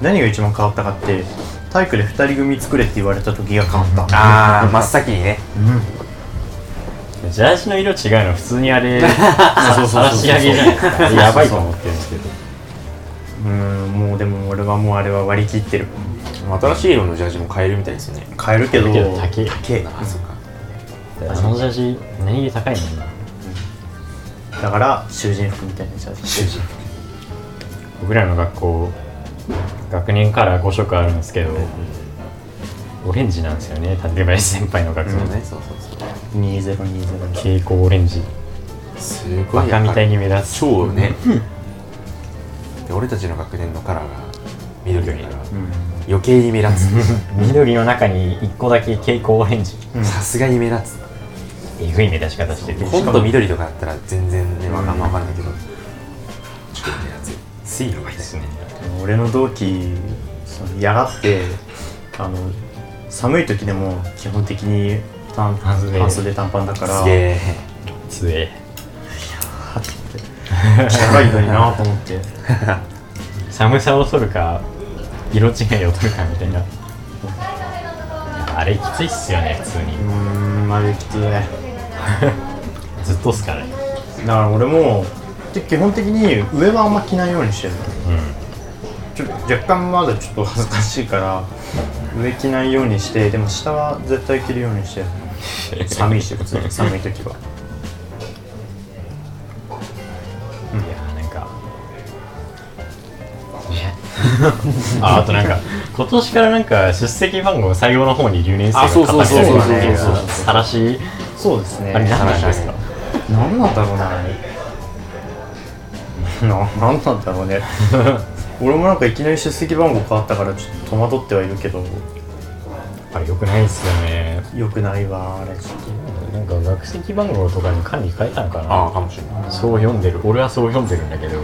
S3: 何が一番変わったかって体育で2人組作れって言われた時が変わった
S2: ああ真っ先にね
S1: ジャージの色違うの普通にあ れ話し上げじゃないですかやばいと思ってるんですけど
S3: うんもうでも俺はもうあれは割り切ってる
S2: 新しい色のジャージも買えるみたいですよね
S3: 変えるけど
S1: だけど高い
S2: けあそっか
S1: あのジャージ何気高いもんな
S3: だから囚人服みたいなジャージ
S2: 囚人
S1: 僕らの学校学年から5色あるんですけどオレンジなんですよね竹林先輩の学
S2: そう
S1: 年
S2: ねそうそうそう
S3: 2020
S1: 蛍光オレンジ
S2: すご
S1: バ
S2: い
S1: カみたいに目立つ
S2: 超ねで俺たちの学年のカラーが緑だから余計に目立
S1: 緑の中に1個だけ蛍光オレンジ
S2: つさすがに目立つ
S1: えぐい目立ち方してて
S2: ほんと緑とかだったら全然ねわかんわかんないけどちょっと目立つ水路がいいですね
S3: 俺の同期そのやがってあの寒い時でも基本的に短半
S1: 半袖
S3: 袖短パンだから
S2: すげえ
S1: つえ
S3: 高いのになと思って
S1: 寒さを取るか色違いを取るかみたいないやあれきついっすよね普通に
S3: うーんあれきついね
S1: ずっとっすからね
S3: だから俺もで基本的に上はあんま着ないようにしてるのちょ若干まだちょっと恥ずかしいから上着ないようにしてでも下は絶対着るように してる寒いし普通に寒い時は
S1: うんいやーなんかね ああとなんか今年からなんか出席番号採用の方に留年生が
S2: あそうそうそう
S1: 書かれてるってい
S2: そうそうそう
S1: さらし
S3: そうですね
S1: あれ何なんですか
S3: 何なんだろうねあれな何なんだろうね俺もなんかいきなり出席番号変わったからちょっと戸惑ってはいるけど
S1: あれよくないっすよね
S3: よくないわあれちょっ
S1: なんか学籍番号とかに管理変えたのか
S2: あ
S1: な
S2: あかもしれない
S1: そう読んでる俺はそう読んでるんだけど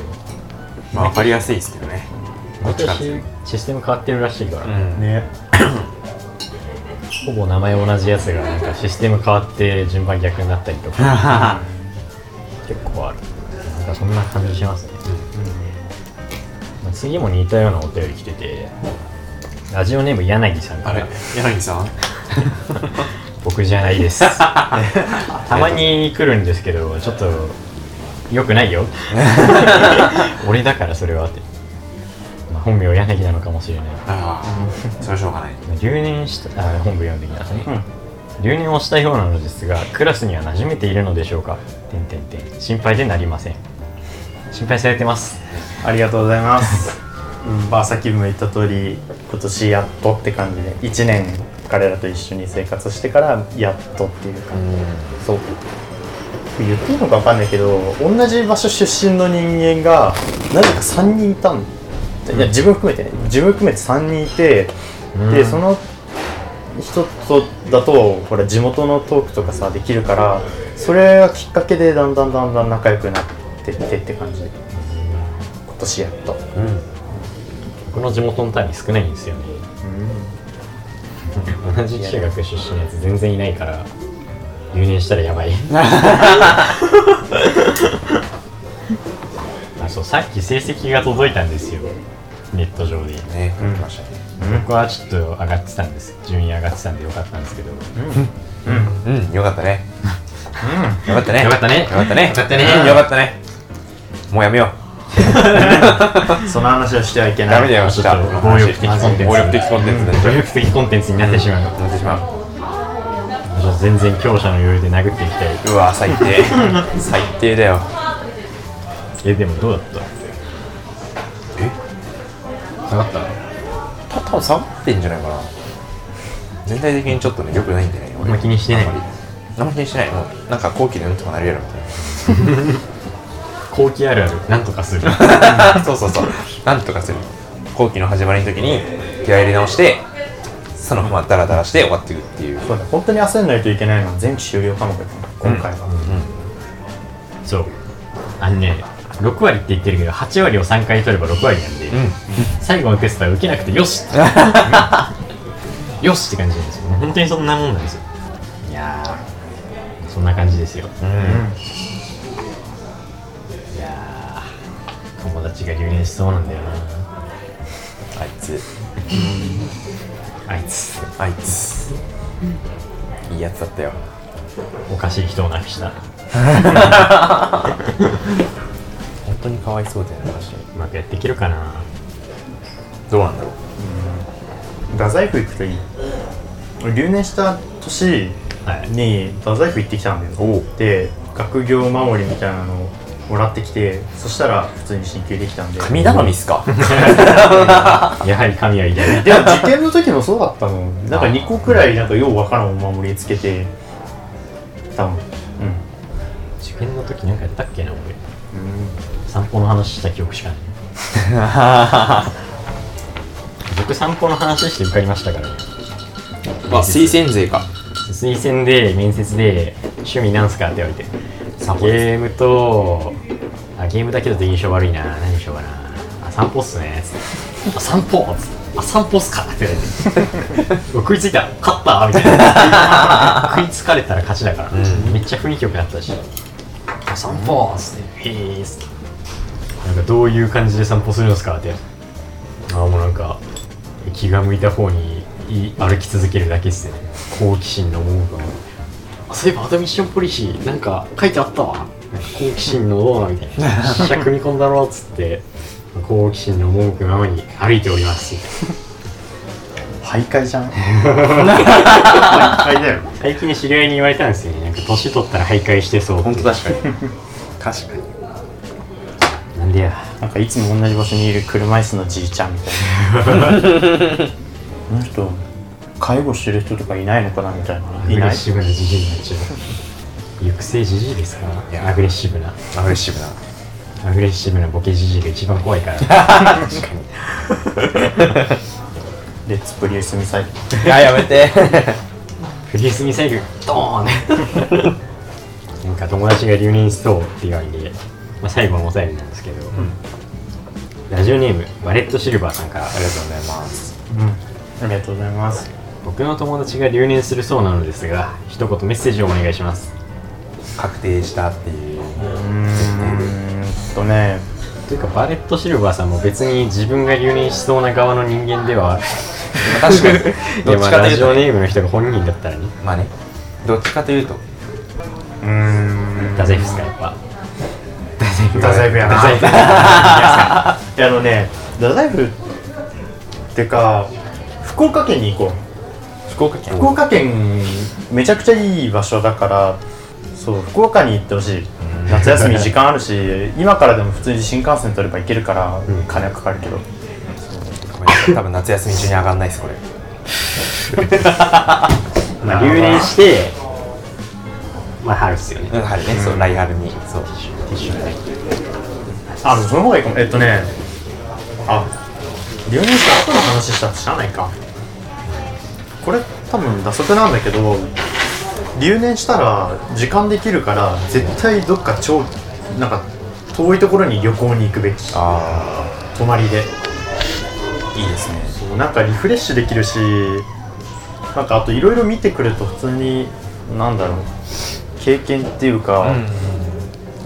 S2: まあ分かりやすいですけどねこっちからする
S1: 私システム変わってるらしいから、
S3: とね
S1: ほぼ名前同じやつがなんかシステム変わって順番逆になったりとか結構あるなんかそんな感じしますね、まあ次も似たようなお便り来ててラジオネーム柳さんか
S2: あれ
S1: ら
S2: 柳さん
S1: 僕じゃないですたまに来るんですけどちょっとよくないよ俺だからそれはって、まあ、本名柳なのかもしれない
S2: ああそれはしょうがない
S1: 留年したあ本部読んできますね、留年をしたようなのですがクラスには馴染めているのでしょうかてんてんてん心配でなりません心配されてます
S3: ありがとうございますうんまあさっきも言った通り今年やっとって感じで1年彼らと一緒に生活してからやっとっていうか、そう言っていいのか分かんないけど同じ場所出身の人間がなぜか3人いたんいや自分含めてね自分含めて3人いて、でその人とだとほら地元のトークとかさできるからそれがきっかけでだんだんだんだん仲良くなってってって感じで今年やっと。
S1: 僕の地元の単位少ないんですよね、同じ中学出身のやつ全然いないから留年したらやば いあそうさっき成績が届いたんですよネット上で
S2: ね書きましたね、
S1: 僕はちょっと上がってたんです順位上がってたんでよかったんですけど、
S2: うん、よかったね。よかったね。
S1: よかったね
S2: よかったね。
S1: よかったね
S2: うんよかったね。もうやめよ
S3: その話はしてはいけ
S2: う。
S3: ない。
S2: ダメだよ、
S1: ち
S2: し。
S1: ょったと暴力的コンテンツ
S2: 暴力的コンテンツになっちゃ
S1: 努
S2: う。
S1: 力的コンテンツになってしまう、
S2: なってしま。
S1: ちょっと全然強者の余裕で殴っていきたいう
S2: うわ、最低。最低だよ。
S1: えでもどうだった
S2: 下がったた多分下がってんじゃないかな。全体的にちょっとね、良くないんでね。
S1: あんま気にしてない
S2: あんまりあんま気にしてない。もう、なんか後期でうんとかなるやろみたいな。
S1: 後期あるあるなんとかする
S2: そうそうそう。なんとかする。後期の始まりの時に気合い入れ直して、そのままダラダラして終わっていくっていう。
S3: そうだ本当に焦んないといけないのは前期終了科目だから今回は、
S1: そうあのね6割って言ってるけど8割を3回取れば6割なんで、最後のテストは受けなくてよし よしって感じなんですよね本当にそんなもんなんですよいやーそんな感じですよ、いやー友達が留年しそうなんだよな
S2: あいつ、
S1: あいつ
S2: あいつ。いいやつだったよ。
S1: おかしい人を亡くした
S2: 本当にかわいそうだよね、マジで
S1: うまくやっていけるかな
S2: どうなんだろう
S3: 太宰府行くといい俺留年した年
S1: はい
S3: に太宰府行ってきたんだよ、で学業守りみたいなのをもらってきてそしたら普通に進級できたんで
S2: 神頼みっすか
S1: やはり神は偉大だ
S3: でも受験の時もそうだったのなんか2個くらいなんかようわからんお守りつけてたもんう
S1: 受験の時なんかやったっけな俺散歩の話した記憶しかない 僕散歩の話して受かりましたからね
S2: まあ推薦勢か
S1: 推薦で面接で「趣味なんすか?」って言われてゲームとあゲームだけだと印象悪いな何しようかなあ散歩っすねつってあ散歩つってあ散歩っすかって言われて 食いついた勝ったみたい な食いつかれたら勝ちだから、めっちゃ雰囲気よくなったしあ散歩っつって「へえ」っつってなんかどういう感じで散歩するんですかってあもうなんか気が向いた方にい歩き続けるだけっすね好奇心の赴くままあそういえばアドミッションポリシーなんか書いてあったわ好奇心のどうなみたい な飛車組み込んだろうっつって好奇心の赴くままに歩いております
S3: ん 徘徊じゃん徘徊だよ
S1: 最近知り合いに言われたんですよねなんか年取ったら徘徊してそうって
S2: 本当確かに確かに
S1: なんでや
S3: なんかいつも同じ場所にいる車椅子のじいちゃんみたい なあの人介護してる人とかいないのかなみたいな
S1: アグ
S3: い
S1: レ
S3: な
S1: ッ
S3: い
S1: シブなじじいになっちゃう抑制じじいですか
S2: いや
S1: アグレッシブな
S2: アグレッシブな
S1: アグレッシブなボケじじいが一番怖いから
S3: レッツプリウスミサイル
S2: いややめ て
S1: フリースミサイルドーン なんか友達が留年しそうって言われて、まあ、最後のお便りなんですけど、ラジオネームバレットシルバーさんからありがとうございます
S3: ありがとうございます
S1: 僕の友達が留年するそうなのですが一言メッセージをお願いします
S2: 確定したっていう
S3: うーんとね
S1: というかバレットシルバーさんも別に自分が留年しそうな側の人間では
S2: 確 かにどっちかと
S1: ラ
S2: いう
S1: ジオ
S2: と
S1: ネームの人が本人だったらね
S2: まあねどっちかというと
S3: うーん
S1: ダゼフスかやっぱ
S3: 太宰府やな
S1: ダゼフ
S3: いやあのね太宰府ってか福岡県に行こう
S2: 福岡県
S3: 福岡県めちゃくちゃいい場所だからそう福岡に行ってほしい夏休み時間あるし今からでも普通に新幹線取れば行けるから、金はかかるけど
S2: 多分夏休み中に上がんないですこれ
S1: まあ
S7: 留年して
S1: まあ、春っすよね。
S2: うん春ね、そう来春にそう
S1: ティッシュがね。
S3: あでもその方がいいかもえっとねあ留年した後の話したの知らないかこれ多分打足なんだけど留年したら時間できるから絶対どっか超なんか遠いところに旅行に行くべき
S2: あ
S3: 泊まりで
S2: あいいですね
S3: そうなんかリフレッシュできるしなんかあといろいろ見てくると普通になんだろう経験っていうか、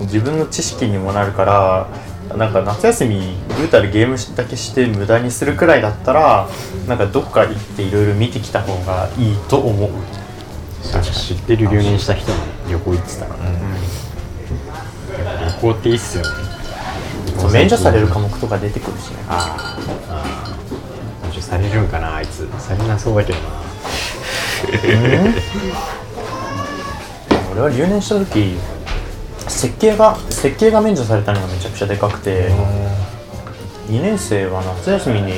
S3: 自分の知識にもなるからなんか夏休みぐうたるゲームだけして無駄にするくらいだったらなんかどっか行っていろいろ見てきた方がいいと思う
S1: 知ってる留年した人の旅行行ってたからね。やっぱ旅行っていいっすよね。
S3: そう免除される科目とか出てくるしね
S1: あーあー。もしされるんかな、あいつ。されなそうだけどな。
S3: 俺は留年した時設計が設計が免除されたのがめちゃくちゃでかくて2年生は夏休みに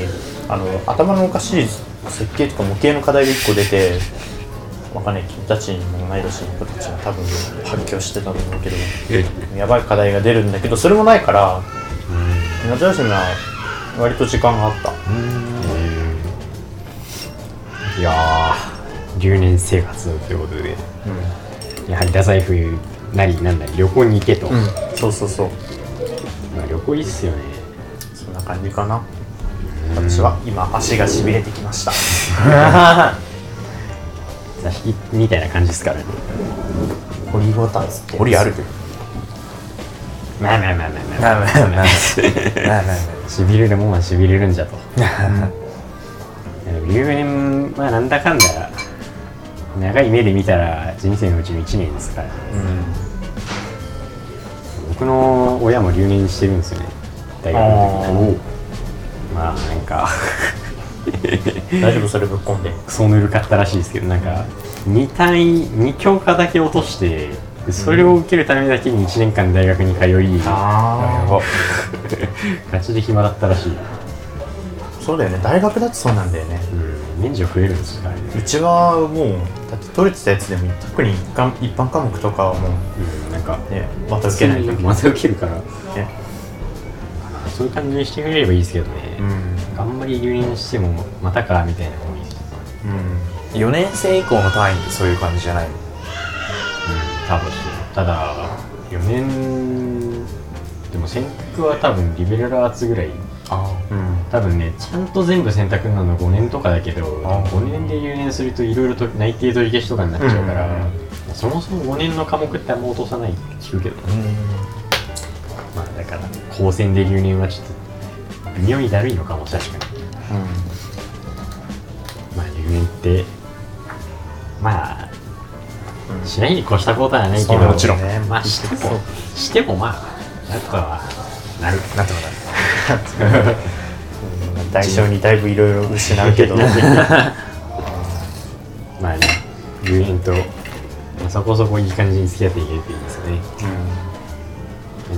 S3: あの頭のおかしい設計とか模型の課題が1個出てわかんない君たちにも同い年の子たちが多分発狂してたと思うけどやばい課題が出るんだけどそれもないから夏休みは割と時間があった
S1: いやー、留年生活ということで、やはり太宰府なりなんなり旅行に行けと、ま
S3: うんそうそうそう
S1: あ、旅行いいっすよね。
S3: そんな感じかな私は今足がしびれてきました
S1: 座敷みたいな感じですからね。
S3: 堀ごたつって
S2: 折ある
S1: まあまあまあまあまあ、
S2: なあなあなあなあなあ
S1: しびれるもんはしびれるんじゃと。いやでも留年はなんだかんだ、長い目で見たら人生のうちの1年ですから、僕の親も留年してるんですよね、大学の時に。まあなんか。
S3: 大丈夫それぶっこんで
S1: クソぬるかったらしいですけどなんか2単位2教科だけ落としてでそれを受けるためだけに1年間大学に通い、
S3: あ
S1: ガチで暇だったらしい、
S3: あそうだよね大学だってそうなんだよね
S1: うん、免除増えるんですよあれね、
S3: うちはもうだって取れてたやつでも特に一貫一般科目とかはも
S1: うん、なんか
S3: うねまた受けないと
S1: また受けるから
S3: ね
S1: そういう感じにしてくれればいいですけどね、
S3: うん
S1: あんまり留年してもまたかみたいな方がいい
S3: うん
S2: 4年生以降の単位ってそういう感じじゃないの
S1: 多分ただ4年でも選択は多分リベラルアーツぐらい
S2: あ
S3: うん
S1: 多分ねちゃんと全部選択なの5年とかだけど
S2: あー
S1: 5年で留年するといろいろと内定取り消しとかになっちゃうから、そもそも5年の科目ってあんま落とさないって聞くけどね
S2: あうん
S1: まあだから高専で留年はちょっと微妙にだるいのかも確かにまあ留年ってまあ、しないに越したことはないけど
S2: そうもちろん
S3: ね
S1: まあしてもしてもまあなんとかはなる
S2: なんとかなる
S3: 代償にだいぶいろいろ失う け ど
S1: まあね留年と、まあ、そこそこいい感じに付き合っていけるといいですよね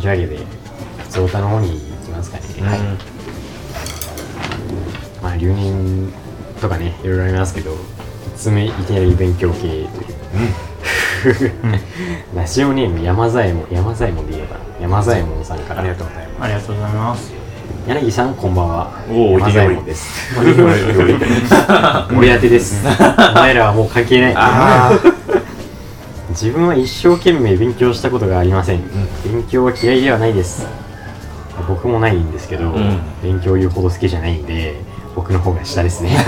S1: というわけで普通歌の方に行きますかね、はいまあ留年とかねいろいろありますけど1つ目いきなり勉強系という、 ラジオネーム山左衛門山左衛門で言えば山左衛門さんから
S2: ありがとうございま
S3: ありがとうございます
S1: 柳さんこんばんは
S2: おー
S1: 山左衛門です 俺宛てですお前らはもう関係ない自分は一生懸命勉強したことがありません、勉強は嫌いではないです僕もないんですけど、勉強言うほど好きじゃないんで僕の方が下ですね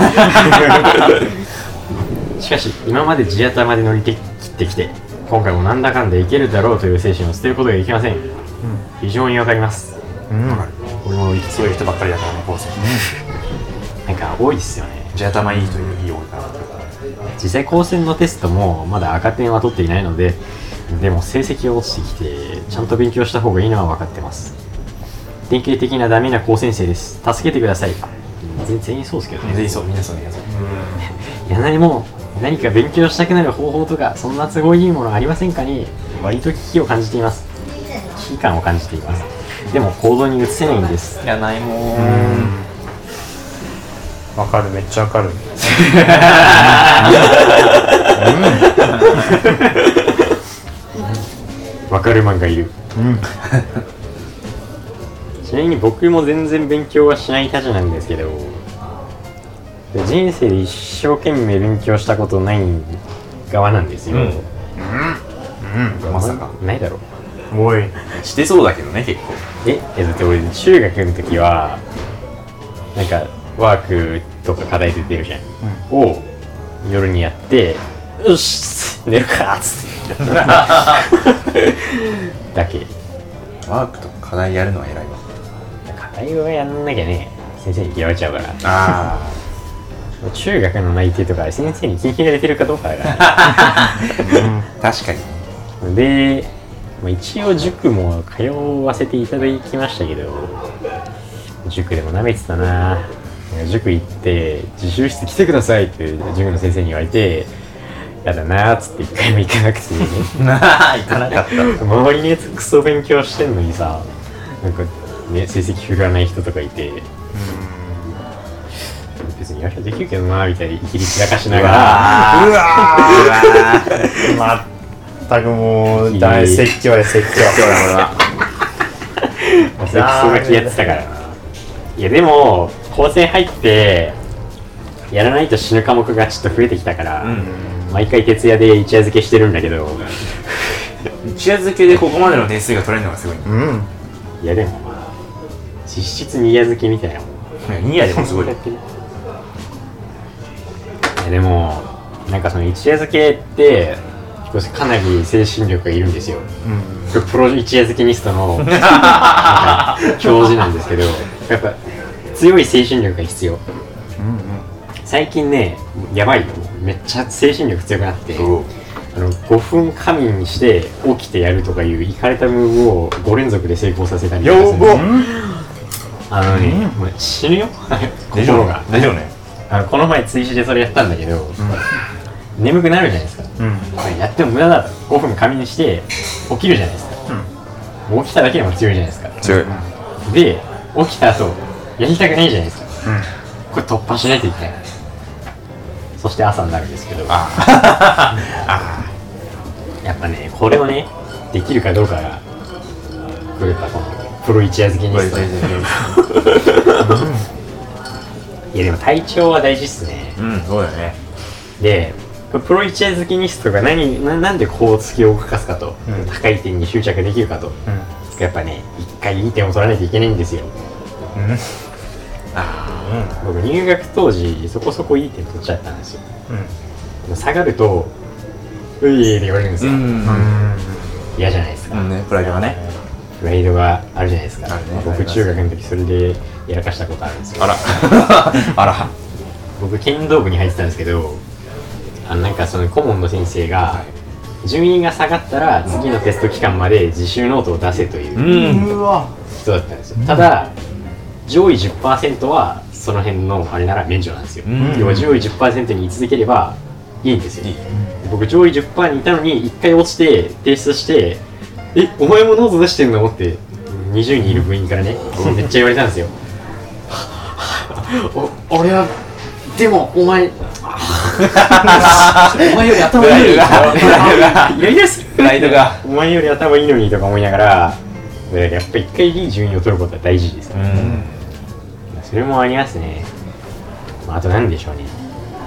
S1: しかし今まで地頭まで乗り切ってきて今回もなんだかんだいけるだろうという精神を捨てることができません、非常にわかります俺も
S2: すそういう人ばっかりだからね高専
S1: なんか多いっすよね
S2: じゃあ頭いいといういい俺か
S1: 実際高専のテストもまだ赤点は取っていないのででも成績が落ちてきてちゃんと勉強した方がいいのは分かってます典型的なダメな高専生です助けてください全全員そうですけど
S2: な
S1: ね
S2: 全員そうみんなそうみんなそう
S1: いや何も何か勉強したくなる方法とかそんな都合いいものありませんかね割と危機を感じています危機感を感じていますでも行動に移せないんです
S2: いらないもん
S3: わかるめっちゃわかる
S1: わかるマンがいる、 ちなみに僕も全然勉強はしないたちなんですけどで人生で一生懸命勉強したことない側なんですよ、
S2: まさか
S1: ないだろう
S3: おい
S2: してそうだけどね結構
S1: ええだって俺中学の時はなんかワークとか課題出てるじゃん、を夜にやってよし寝るかっつって だけ
S2: ワークとか課題やるのは偉いわ
S1: 課題はやんなきゃね先生に嫌われちゃうから
S2: あ
S1: 中学の内定とか先生に聞きられてるかどうかだか
S2: あ確かに
S1: らで、まあ、一応塾も通わせていただきましたけど塾でもなめてたな塾行って自習室来てくださいって塾の先生に言われてやだなーっつって一回も行かなくて
S2: なあ行かなかった
S1: 周りのやつクソ勉強してんのにさなんかね成績振らない人とかいて別にやりゃできるけどなーみたいにいきり散らかしながら
S2: うわー
S3: ま ったくもう大説教や説教
S2: 今日だこ
S1: クソガキやってたからないやでも高専入ってやらないと死ぬ科目がちょっと増えてきたから、毎回徹夜で一夜漬けしてるんだけど
S2: れは一夜漬けでここまでの年数が取れるのがすごいね
S3: うん
S1: いやでもまあ実質二夜漬けみたいなもん
S2: ニアでもすごい
S1: いやでもなんかその一夜漬けってかなり精神力がいるんですよ、プロ一夜漬けニスト のなんか教授なんですけどやっぱ強い精神力が必要、最近ねやばいよめっちゃ精神力強くなって
S2: おう
S1: あの5分仮眠して起きてやるとかいういかれたムーブを5連続で成功させたりとかするあのね、もう死ぬよ心が
S2: 大丈夫ね
S1: あのこの前追試でそれやったんだけど、眠くなるじゃないですか、これやっても無駄だと5分仮眠して起きるじゃないですか、もう起きただけでも強いじゃないですか
S2: 強い
S1: で起きた後やりたくないじゃないですか、これ突破しないといけないそして朝になるんですけど やっぱねこれをねできるかどうかがこれやっぱこのプロ一夜漬けにしていやでも体調は大事っすね
S2: うんそうだよね
S1: でプロ一夜好きニストが何ななんでこう突き動かすかと、高い点に執着できるかと、やっぱね一回いい点を取らないといけないんですよ、あ僕入学当時そこそこいい点取っちゃったんですよ、でも下がると「うい」って言われるんです
S2: う
S1: よ、
S2: ん
S1: 嫌じゃないですか
S2: うんねプライドがね
S1: プライドがあるじゃないですか、
S2: あるねあり
S1: 僕
S2: ます
S1: 中学の時それでやらかしたことあるんですよ
S2: あら あら
S1: 僕剣道部に入ってたんですけどあのなんかその顧問の先生が順位が下がったら次のテスト期間まで自習ノートを出せという
S2: うん
S3: うわ
S1: 人だったんですよただ上位10%はその辺のあれなら免除なんですよ
S2: ん
S1: 要は上位10%に居続ければいいんですよ僕上位10%にいたのに1回落ちて提出して「えお前もノート出してんの?」って20人いる部員からねめっちゃ言われたんですよお俺はでもお前お前より頭いいよイライラする
S2: プライドが
S1: お前より頭いいのにとか思いながらでやっぱ一回いい順位を取ることは大事です、
S2: う
S1: ね
S2: ん
S1: それもありますね、まあ、あと何でしょうね、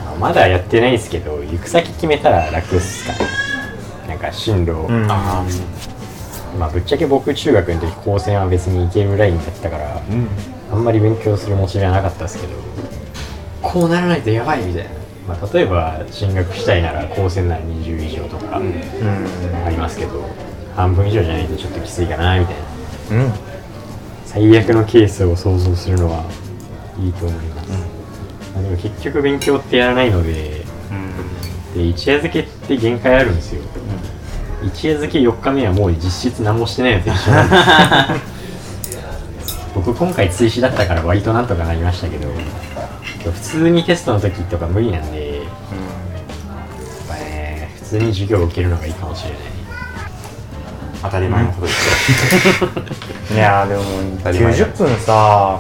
S1: まあまだやってないですけど行く先決めたら楽っすかねなんか進路を、
S3: あ
S1: まあぶっちゃけ僕中学の時高専は別に行けるラインだったから、あんまり勉強するモチベはなかったですけどこうならないとやばいみたいな、まあ、例えば進学したいなら高専なら20以上とか、ありますけど半分以上じゃないとちょっときついかなみたいな、最悪のケースを想像するのはいいと思います、まあでも結局勉強ってやらないので,、で一夜漬けって限界あるんですよ、一夜漬け4日目はもう実質何もしてないのと一緒なんです僕今回追試だったから割となんとかなりましたけど普通にテストの時とか無理なんで、やっぱね普通に授業を受けるのがいいかもしれない
S2: 当たり前のことです
S3: いやーでも
S2: たり前だ
S3: 90分さ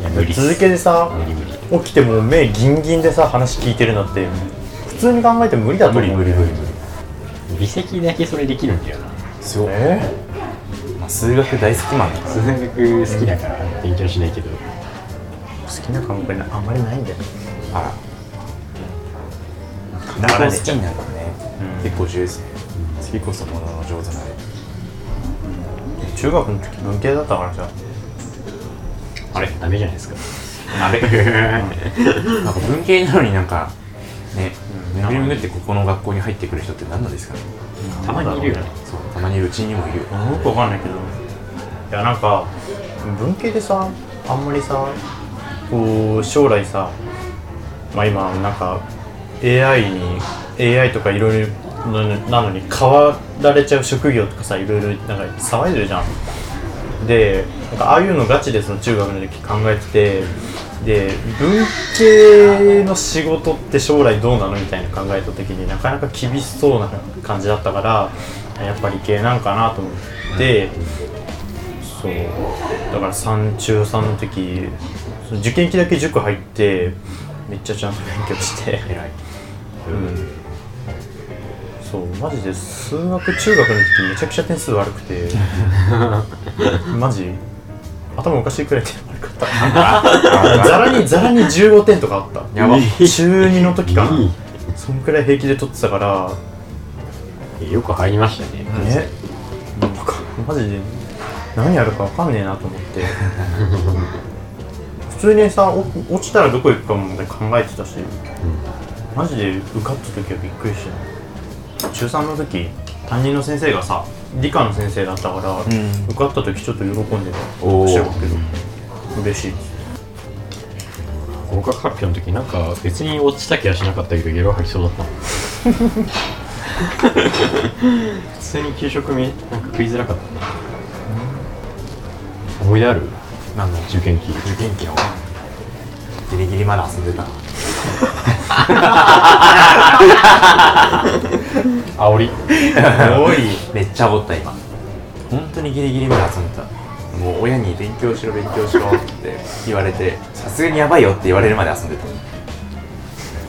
S1: いや無理っす
S3: 続けてさ
S1: 無理無理
S3: 起きてもう目ギンギンでさ話聞いてるのって普通に考えて無理だと思う無理無理無理
S1: 微積だけそれできるんだよな
S3: そうね
S2: まあ、数学大好きマンだから
S1: 数学好きだから勉強しないけど
S3: 好きな科目なあんまりないんだよ
S2: あら
S3: だ
S2: 科
S3: か
S2: 目
S3: らね
S2: 好きになるからね、結構重要ですね次こそものの上手なれ
S3: 中学の時文系だったからさ
S1: あれダメじゃないですか
S2: あれなんか文系なのになんかねぬぐりむぐってここの学校に入ってくる人って何なんですかね
S1: たまにいるよね
S2: そうたまにうちにもいる
S3: よくわかんないけどいやなんか文系でさあんまりさこう将来さまあ今なんか AI に AI とかいろいろなのに変わられちゃう職業とかさいろいろなんか騒いでるじゃんでなんかああいうのガチでその中学の時考えててで文系の仕事って将来どうなのみたいな考えた時になかなか厳しそうな感じだったからやっぱり系なんかなと思ってそうだから3中3の時その受験期だけ塾入ってめっちゃちゃんと勉強して偉いうんそうマジで数学中学の時めちゃくちゃ点数悪 くてマジ頭おかしいくらい点悪 かったざらにざらに15点とかあった
S2: やば
S3: 中2の時かなそんくらい平気で取ってたから
S1: よく入りましたね
S3: ねなんかマジで何やるか分かんねえなと思って 普通にさお落ちたらどこ行くかもね考えてたし、マジで受かった時はびっくりした中3の時担任の先生がさ理科の先生だったから、受かった時ちょっと喜んでた
S2: おー
S3: 中学の嬉しい
S1: 合格発表の時なんか別に落ちた気はしなかったけどゲロ吐きそうだ ったもん普通に給食みなんか食いづらかったね思い出あるなんの受験期
S2: 受験期のギリギリまで遊んでた
S1: 煽り
S2: おい めっちゃおった今本当にギリギリまで遊んでたもう親に勉強しろ勉強しろって言われてさすがにやばいよって言われるまで遊んでた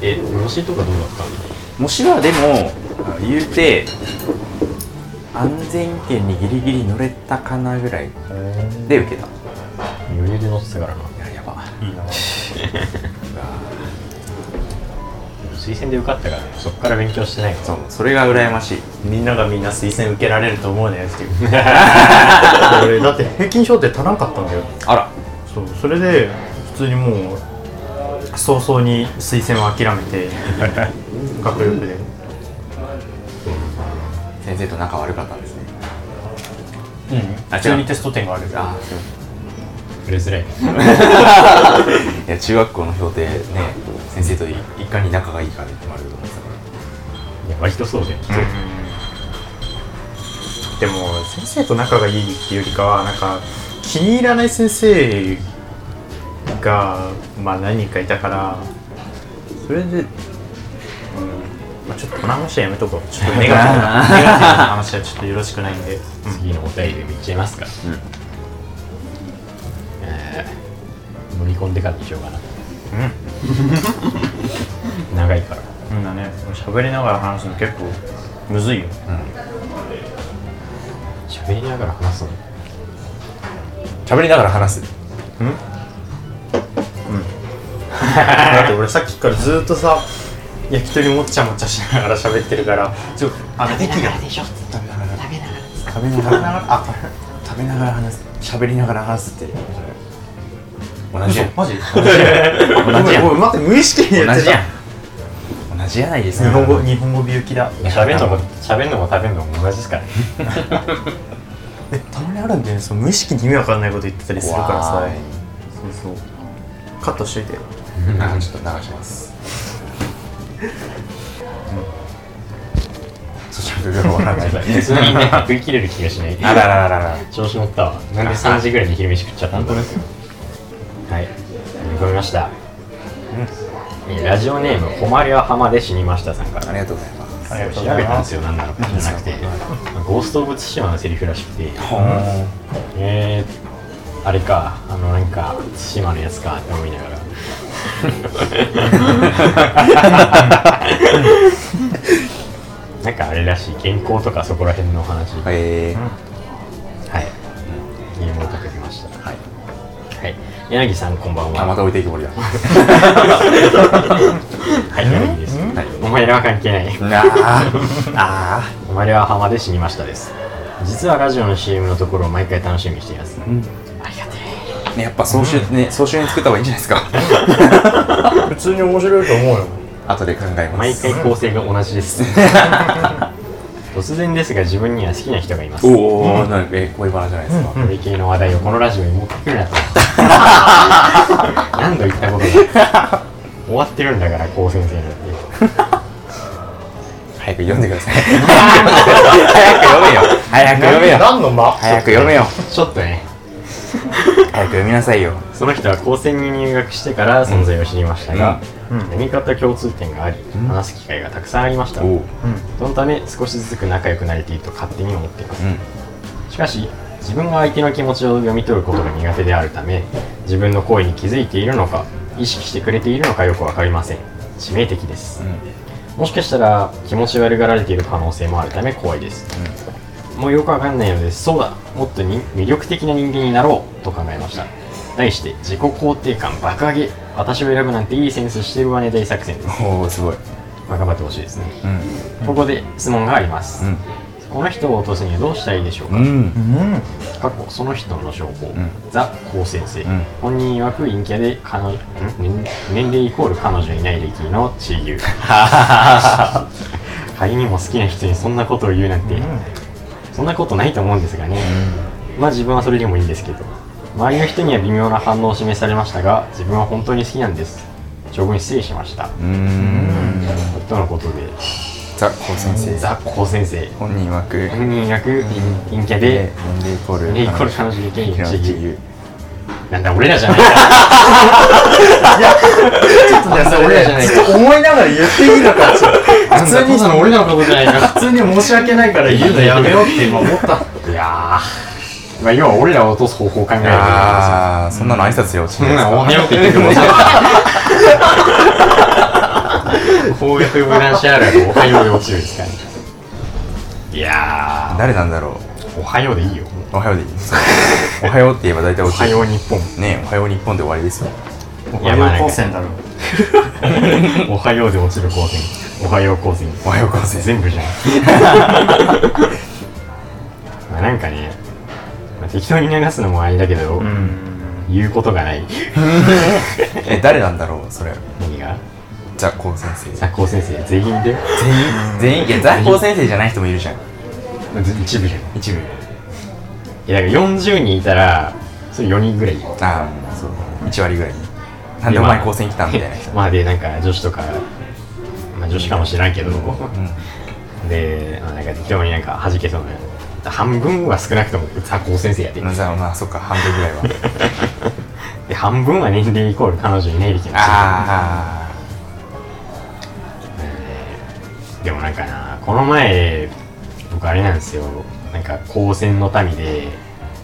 S1: え模試とかどうだったんだ
S2: もしはでもあの言うて安全圏にギリギリ乗れたかなぐらいで受けたい
S1: 余裕で乗ってたからな
S2: ややば
S1: 推薦で受かったからねそっから勉強してないから
S2: そうそれが羨ましい
S3: みんながみんな推薦受けられると思うねっていう 俺だって平均評定足らんかったんだよ
S2: あら
S3: そうそれで普通にもう早々に推薦を諦め て学力で
S2: 先生と仲悪かったんですね
S3: うん
S2: あ違う
S3: 普通にテスト点がある
S2: あー
S1: 触れづらい
S2: いや中学校の評定ね先生といいかに仲がいいかで決まると思ってたから
S1: いや割とそうだよ
S3: でも先生と仲がいいっていうよりかはなんか気に入らない先生がまあ何人かいたからそれで、うんまあ、ちょっとこの話はやめとこうちょっとネガティブな ネガティブな話はちょっとよろしくないんで、
S1: 次のお便りでもいっちゃいますか、えー飲み込んでからにしようかな、長いから
S3: みんなね喋りながら話すの結構むずいよ
S1: 喋りながら話すの
S2: 喋りながら話す
S3: だって俺さっきからずっとさ焼き鳥もっちゃもっちゃしながら喋ってるからちょあの息が
S2: 食べながらあ食べながら話す喋りながら話すって同じや
S3: マジ同じやんごめん待って無意識にや
S2: 同
S3: って
S2: じや
S3: た
S2: ん同じやないです
S3: 日
S2: か
S3: 本語日本語美雪だ
S1: 喋るのも喋るのも食べるのも同じです からね
S3: えたまにあるんだよねその無意識に意味わかんないこと言ってたりするからさ
S2: わーい
S3: そうそうカットしといてよ
S2: なんかちょっと流します咀嚼が終わらない
S1: 普通にね食い切れる気がしない
S2: あらららら
S1: 調子乗ったわなんで3時ぐらいに昼飯食っちゃったんだですよはい飲み込みました、えーラジオネーム「誉れは浜で死にました」さんから
S2: ありがとうございます
S3: ありがとう
S1: 調
S3: ござ
S1: べ
S3: い
S1: たん
S3: ま
S1: ですすよ何なのかじゃなくて「ゴースト・オブ・ツシマ」のセリフらしくてえー、あれかあのなんか対馬のやつかって思いながらなんかあれらしい健康とかそこら辺の話はい
S2: え
S1: ゲームをかけてましたはい、はい、柳さんこんばん
S2: ー、あ
S1: は
S2: また置いていくぼりだ
S1: はい柳ですはいお前らは関係ない
S2: なあ
S1: お前らは浜で死にましたです実はラジオの CM のところを毎回楽しみにしています、ありがて
S2: ねやっぱ総集ね総集編作った方がいいんじゃないですか
S3: 普通に面白いと思うよ
S2: 後で考え
S1: え
S2: ま
S1: 毎
S2: す
S1: 回構成が同じです 突然ですが自分には好きな人がいます
S2: おお、なんかえー恋バナじゃないですか、
S1: これ系の話題をこのラジオに持ってくる なと何度言ったことだ終わってるんだから高先生だって
S2: 早く読んでください早く読めよ早く読めよ
S3: 何の間
S2: 早く読めよ
S1: ちょっとね
S2: 早く読みなさいよ
S1: その人は高専に入学してから存在を知りましたが、何かと共通点があり、話す機会がたくさんありました、
S2: おお
S1: そのため少しずつ仲良くなれていると勝手に思っています、
S2: うん
S1: しかし自分が相手の気持ちを読み取ることが苦手であるため自分の行為に気づいているのか意識してくれているのかよく分かりません致命的です、もしかしたら気持ち悪がられている可能性もあるため怖いです、もうよくわかんないのですそうだもっとに魅力的な人間になろうと考えました題して自己肯定感爆上げ私を選ぶなんていいセンスしてるわね大作戦です
S2: おおすごい
S1: まあ頑張ってほしいですね、
S2: う
S1: ここで質問があります、
S2: うん
S1: この人を落とすにはどうしたらいいでしょうか、
S2: ん
S1: 過去その人の証拠、
S2: ん
S1: ザ・高先生、
S2: ん
S1: 本人曰く陰キャで彼女ん年齢イコール彼女いない歴の知友 仮にも好きな人にそんなことを言うなんて、そんなことないと思うんですがね、まあ自分はそれでもいいんですけど周りの人には微妙な反応を示されましたが自分は本当に好きなんです長文失礼しました
S2: うん
S1: とのことで
S2: ザ・コウ先生
S1: ザ・高先生
S2: 本人曰く
S1: 本人曰く陰キャ
S2: で
S1: で
S2: 年齢イコール
S1: 年齢イコール彼女でき
S2: できる
S1: る
S2: の自
S1: 自
S2: 由
S1: なんだ俺らじゃない
S3: 俺ずっと思いながら言っていいのかって普通に
S1: 俺らのことじゃないか
S3: 普通に申し訳ないから言うのやめようって今思った
S1: いやーまあ要は俺らを落とす方法を考えるわ
S2: ああそんなの挨拶よ落ち
S1: けですよお
S2: な
S1: はようって言ってく る方角無断しあるおはようで落ちるですからねいや
S2: 誰なんだろ
S1: ーおはようでいいよ
S2: うおはようでいいおはようって言えば大体
S1: お
S2: 落ち
S1: は
S2: る
S1: よう日本
S2: ねえおはよう日本で終わりですよ
S1: いやまあなん
S3: 高
S1: か
S3: 専だろう
S1: おはようで落ちる光線おはよう光線
S2: おはようコウ先生
S1: 全部じゃん まあなんかね、まあ、適当に流すのもあれだけど、言うことがない
S2: え誰なんだろうそれ
S1: 何が
S2: ザ・コウ先生
S1: 佐高先生全員で
S2: 全員全員いやザ・コウ先生じゃない人もいるじゃん
S1: 一部じゃんい
S2: 一部
S1: やだから40人いたらそれ4人ぐらいいる
S2: ああそう1割ぐらいになんでお前高専来たんみたいな人
S1: まあでなんか女子とかまあ女子かもしれないけど、で、まあ、なんか適当になんか弾けそうな半分は少なくとも佐高先生やで、
S2: うんさあまあそっか半分ぐらいは
S1: で半分は年齢イコール彼女いないできました
S2: あ
S1: でもなんかなこの前僕あれなんですよなんか高専の民で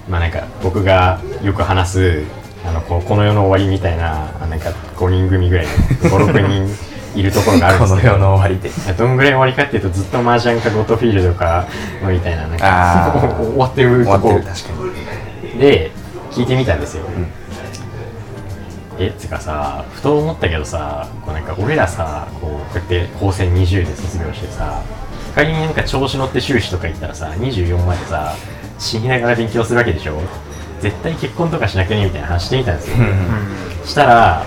S1: まあなんか僕がよく話すあのこうこの世の終わりみたいなあなんか5人組ぐらい56人いるところがあ
S2: あ
S1: るん
S2: こ
S1: です
S2: の
S1: けど
S2: 世の終わりで
S1: どんぐらい終わりかっていうとずっと麻雀かゴッドフィールドかみたいななん
S2: あ
S1: か
S2: ー
S1: 終わってる
S2: 終
S1: と
S2: わって
S1: こ
S2: る
S1: ろ
S2: 確かに
S1: で聞いてみたんですよ、えつかさふと思ったけどさこうなんか俺らさこうこうやって高専20で卒業してさ仮になんか調子乗って修士とか行ったらさ24までさ死にながら勉強するわけでしょ絶対結婚とかしなくねみたいな話してみたんですよ、したら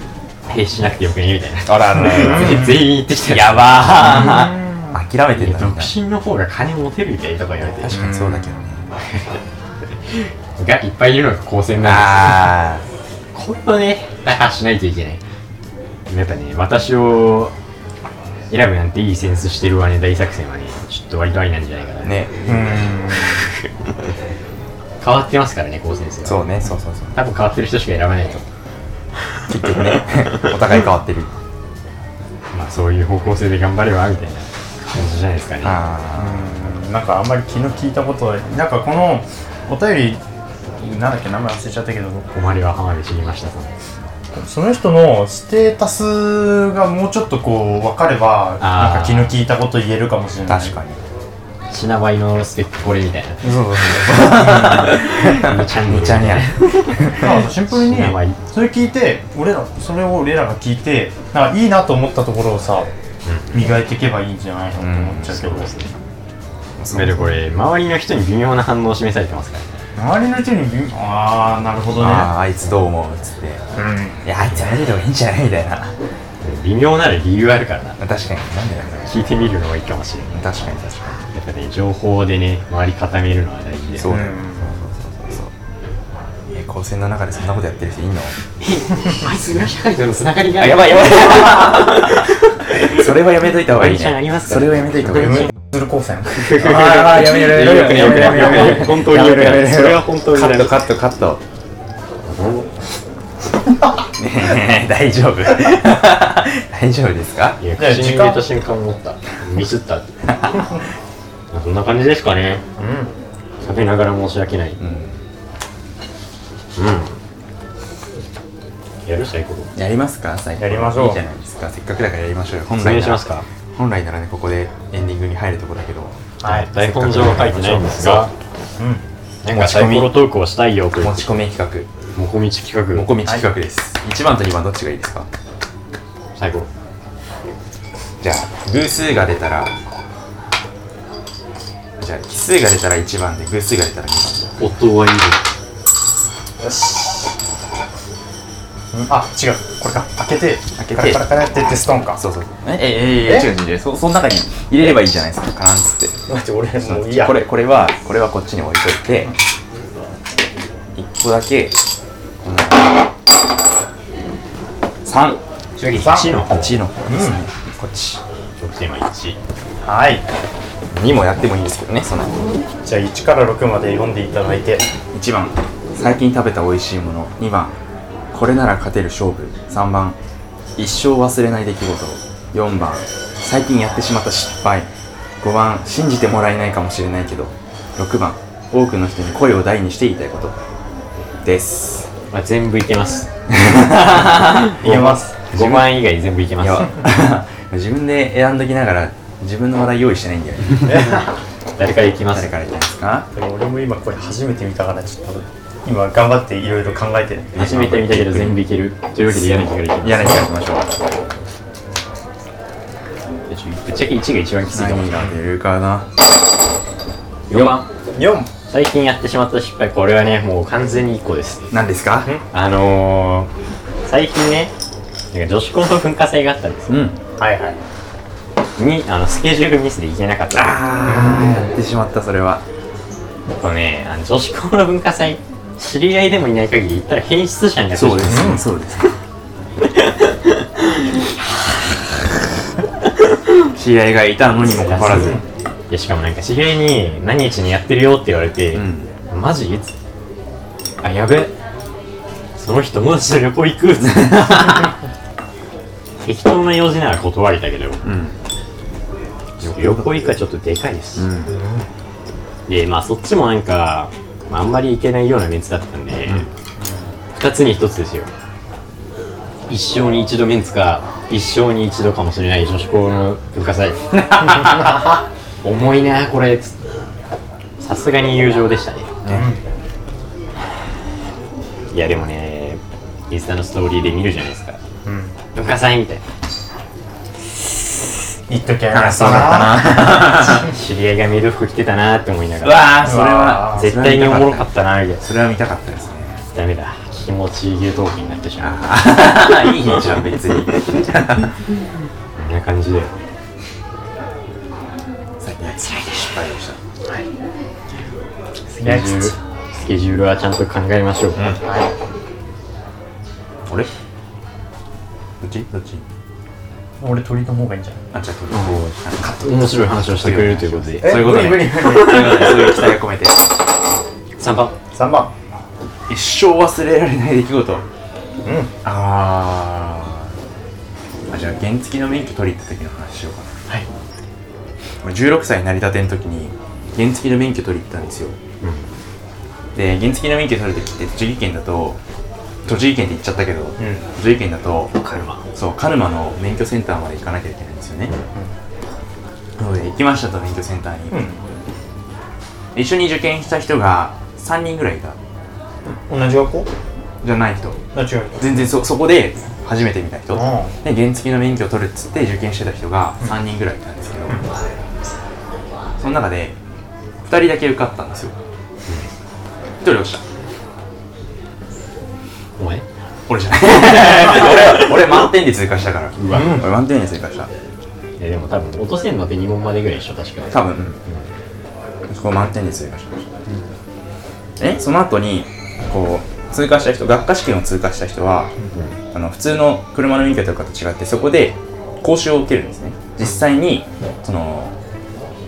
S1: 「えしなくてよくね」みたいな
S2: あらあらあら
S1: 全員言ってきた
S2: やばー諦めてんだみん
S1: 独
S2: な
S1: 身の方が金持てるでとか言われて
S2: 確かにそうだけどね
S1: がいっぱいいるのが高専なんですよ
S2: あ
S1: これはね、打破しないといけない。やっぱね、私を選ぶなんていいセンスしてるわね、大作戦はね、ちょっと割とありなんじゃないかな。
S2: あね
S1: 変わってますからね、高先生は。
S2: そうねそうそうそう
S1: 多分変わってる人しか選ばないと。
S2: 結局ね お互い変わってる
S1: まあ、そういう方向性で頑張れば、みたいな感じじゃないですかね。
S2: あ
S3: なんかあんまり気の利いたことはなんかこのお便りなんだっけ名前忘れちゃったけど
S1: 困りは浜で知りましたさん。
S3: その人のステータスがもうちょっとこう分かれば
S1: あー
S3: なんか気の利いたこと言えるかもしれない
S2: 確かに
S1: シナバイのスペックこれみたいな。
S3: そうそう
S1: むちゃむ
S2: むちゃにゃん
S3: そうなんかシンプルに
S1: シナバイ
S3: それ聞いて俺らそれを俺らが聞いてなんかいいなと思ったところをさ磨いていけばいいんじゃないのって思っちゃうけど、
S1: メルこれ、周りの人に微妙な反応を示されてますからね。
S3: 周りの人にびああなるほどね
S2: あああいつどう思うっつってい
S3: うん
S2: やあいつやめた方がいいんじゃないみたいな
S1: 微妙なら理由あるからな。
S2: 確かになんでだろ
S1: 聞いてみるのがいいかもしれな
S2: う確かに確か
S1: い。やっぱね、情報でね、周り固めるのは大事で
S2: に
S1: す。
S2: そうだよ、そうそうそうそうそうえ高専の中でそんなことやってる人いんの
S1: あいつ裏社会とのつながりがあ
S2: あ
S1: る
S2: やばいやばいそれはやめといた方がいい
S1: ワンチャンあり
S2: ね
S1: ますから
S2: それはやめといた方がいいね
S3: ズル高専
S2: ああやめるやめるやめるやめるやめるやめる
S1: 本当に
S2: やめるやめる
S1: それは本当に
S2: カットカットカット ねえ大丈夫 大丈夫ですか
S1: いや、
S3: じゃあ
S1: 口に入れた瞬間思った。ミスった って。そんな感じですかね。うん。食べながら申し訳ない。うん。やるしたいこと。
S2: やりますか最後
S3: やりましょう
S2: いいじゃないですかせっかくだからやりましょうよ本
S1: 説
S2: 来
S1: 明
S2: な
S1: し
S2: ら
S1: ますか
S2: 本来ならねここでエンディングに入るとこだけど
S1: はい。台本上は書いてないんですが、なんか
S2: 持ち込
S1: サイ
S2: み
S1: コロトークをしたいよという
S2: 持、ち込み企
S1: もこみち企
S2: 画
S1: 画
S2: もこみち企画です、一1番と2番どっちがいいですか
S1: 最後。
S2: じゃあ偶数が出たらじゃあ奇数が出たら1番で偶数が出たら2番
S1: 夫はいる。
S3: あ違うこれか開けて
S2: 開けて
S3: カラカラカラってやってストーンか
S2: そうそうそうええええ違う違う違うそその中に入れればいいじゃないですかカランつって
S3: 待って俺もういいや
S2: これこれはこれはこっちに置いといて1個だけこの3
S1: 1の方。
S2: 1の方ですね、こっち
S1: 得点は1。
S3: はい
S2: 2もやってもいいんですけどねその
S3: じゃあ1から6まで読んでいただいて
S2: 1番最近食べた美味しいもの2番これなら勝てる勝負3番一生忘れない出来事4番最近やってしまった失敗5番信じてもらえないかもしれないけど6番多くの人に声を大にして言いたいことです
S1: まあ、全部いけます。
S3: いけます
S1: 5番以外全部いけま
S2: い
S1: す。
S2: や 自分で選んどきながら自分の話題用意してないんだよね
S1: 誰からいきます
S2: 誰からいきますか
S3: でも俺も今これ初めて見たからちょっと今頑張っていろいろ考えてる
S1: 初めて見たけど全部いける。というわけで柳からいきます。
S2: 柳からいきましょう
S1: ぶっちゃけ1が一番きついと思う
S2: 何が出るかな
S1: 4番
S3: 4
S1: 最近やってしまった失敗これはねもう完全に1個です
S2: 何ですか
S1: あのー、最近ねなんか女子校の文化祭があったんですよ
S2: うん
S3: はいはい
S1: にあのスケジュールミスで行けなかった
S2: あーやってしまったそれは
S1: このねあの女子校の文化祭知り合いでもいない限り行ったら変質者になってしま
S2: うんそう です知り合いがいたのにもかかわらず
S1: いやしかもなんか知り合いに何日にやってるよって言われて、
S2: ん
S1: マジいつあやべその人友達と旅行行 く適当な用事なら断りだけど、
S2: ん
S1: 旅行行くはちょっとでかいです、
S2: ん
S1: でまあそっちもなんか、まあ、あんまり行けないようなメンツだったんで、二2つに1つですよ一生に一度メンツか一生に一度かもしれない女子校の文化 祭重いなこれつってさすがに友情でしたね、いやでもねインスタのストーリーで見るじゃないですか、文化祭みたい
S3: 言っときゃ
S2: あそうだったな
S1: な知り合いがメイド服着てたなって思いなが
S2: う
S1: ら
S2: わーそれは
S1: 絶対におもろかったなみたいな
S2: それは見たかったですね
S1: ダメだ気持ちいいトークになってしまう
S2: あ ーいいじゃん別に
S1: こんな感じで
S2: 最近失敗を
S1: ス
S2: した
S1: ケジュールスケジュールはちゃんと考えましょう、
S2: あれどっちどっち
S3: 俺鳥の方がいいんじゃない
S2: あ、じゃあ、取
S1: 面白い話をしてくれるということで
S2: そういうことね。
S3: 無理無
S2: そういうことねそういう期待を込めて。
S1: 3番
S3: 3番
S2: 一生忘れられない出来事。うん。あー。あ、じゃあ、原付の免許取りに行った時の話しようかな。はい。俺16歳になりたての時に、原付の免許取りに行ったんですよ。で、原付の免許取る時って栃木県だと、栃木県って言っちゃったけど、
S3: うん
S2: 栃木県だと
S1: カルマ
S2: そう鹿沼の免許センターまで行かなきゃいけないんですよね、なので行きましたと免許センターに、
S3: うん
S2: 一緒に受験した人が3人ぐらいいた
S3: 同じ学校
S2: じゃない人
S3: あ違う人
S2: 全然そそこで初めて見た人、
S3: うん
S2: で原付の免許を取るっつって受験してた人が3人ぐらいいたんですけど、その中で2人だけ受かったんですよ1人落 ちた
S1: お前
S2: 俺じゃない俺俺満点で通過したからうわ俺満点で通過した
S1: えでも多分落とせんのって2問までぐらいでしょ確か
S2: 多分、そこ満点で通過しました、えその後にこう通過した人学科試験を通過した人は、あの普通の車の免許とかと違ってそこで講習を受けるんですね実際にその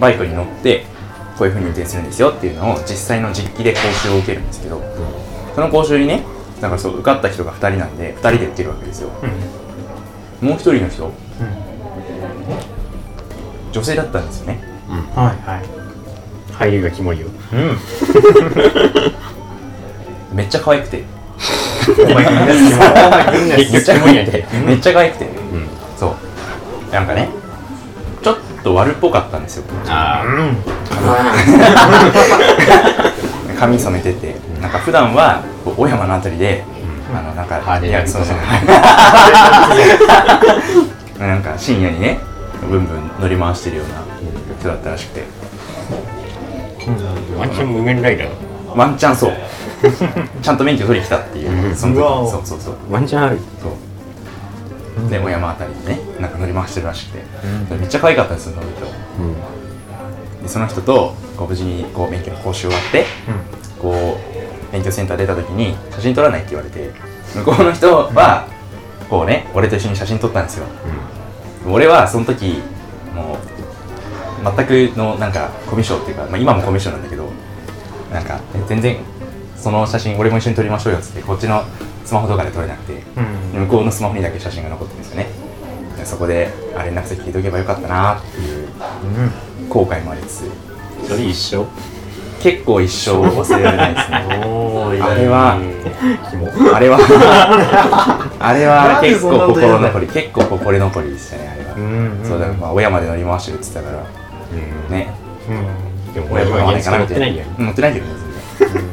S2: バイクに乗ってこういうふうに運転するんですよっていうのを実際の実機で講習を受けるんですけど、その講習にねだからそう受かった人が2人なんで2人で受けるわけですよ、もう1人の人、女性だったんですよね、
S3: はいはい
S1: に入りがキモいよ
S2: めっちゃ可愛くて
S3: お前
S2: めっちゃ可愛くてめっちゃ可愛くて、そうなんかねちょっと悪っぽかったんですよ 髪染めててなんか普段はこう小山のあたりで、あのなんか、
S1: レ
S2: い
S1: ー
S2: や
S1: ル
S2: そうそう なんか深夜にねブンブン乗り回してるような人だったらしくて
S8: ワンチャン無限ライダー
S2: ワンチャンそうちゃんと免許取りに来たっていうその
S3: うわお
S2: 時そうそうそう
S1: ワンチャンある
S2: そうで小山あたりにねなんか乗り回してるらしくて、めっちゃ可愛かったんですよその人、でその人とこう無事にこう免許の講習終わって、こう免許センター出た時に写真撮らないって言われて向こうの人は、こうね俺と一緒に写真撮ったんですよ、俺はその時もう全くのなんかコミュ障っていうか、まあ、今もコミュ障なんだけどなんか全然その写真俺も一緒に撮りましょうよっつってこっちのスマホとかで撮れなくて、
S3: うん
S2: 向こうのスマホにだけ写真が残ってるんですよねでそこであ連絡先聞いとけばよかったなっていう後悔もありつつ
S1: それ一緒
S2: 結構一生忘れられないですね
S1: おーい
S2: あれは
S1: キモ
S2: あれは あれは結構
S3: なんでそんなこと言う
S2: 心
S3: んだよ
S2: 残り結構心残りでしたねあれは、
S3: んうん
S2: そうだからまあ親まで乗り回してるって言ってたから、ね
S1: でも俺は原付乗ってないんだよ
S2: 乗ってないけどね全然っ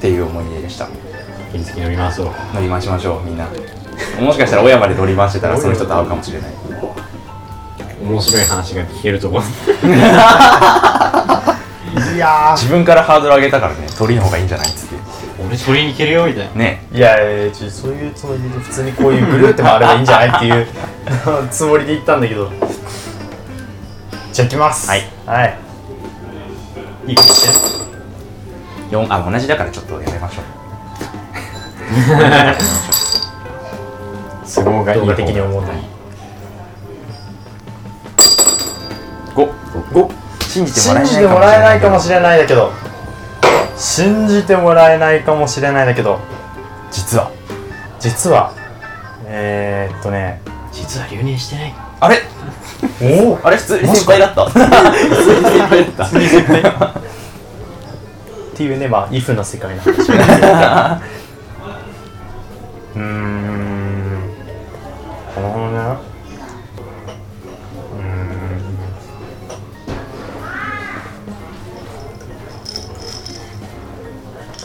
S2: ていう思い出でした
S1: 原付乗り回そう
S2: 乗り回しましょうみんなもしかしたら親まで乗り回してたらその人と会うかもしれない
S1: 面白い話が聞けると思う
S3: いや
S2: 自分からハードル上げたからね鳥の方がいいんじゃないっつって
S1: 俺それに行けるよみたいな
S2: ね
S3: ーいやいやちょそういうつもりで普通にこういうグループもあればいいんじゃないっていう つもりで言ったんだけどじゃあ行きます
S2: はい
S3: はいいいことして
S2: 4あ同じだからちょっとやめましょう
S1: 都合がいい
S3: 動
S1: 方
S3: 画的に思うのに
S2: 5信じてもらえな
S3: 信
S2: い
S3: じてもらえないかもし
S2: れない
S3: れないだけど信じてもらえないかもしれないだけど実は実はえー、っとね
S1: 実は留年してない
S2: あれ
S3: おお
S2: あれ普通に先輩だった
S3: っていうねまあ if の世界の話う ーんなるほどねうーん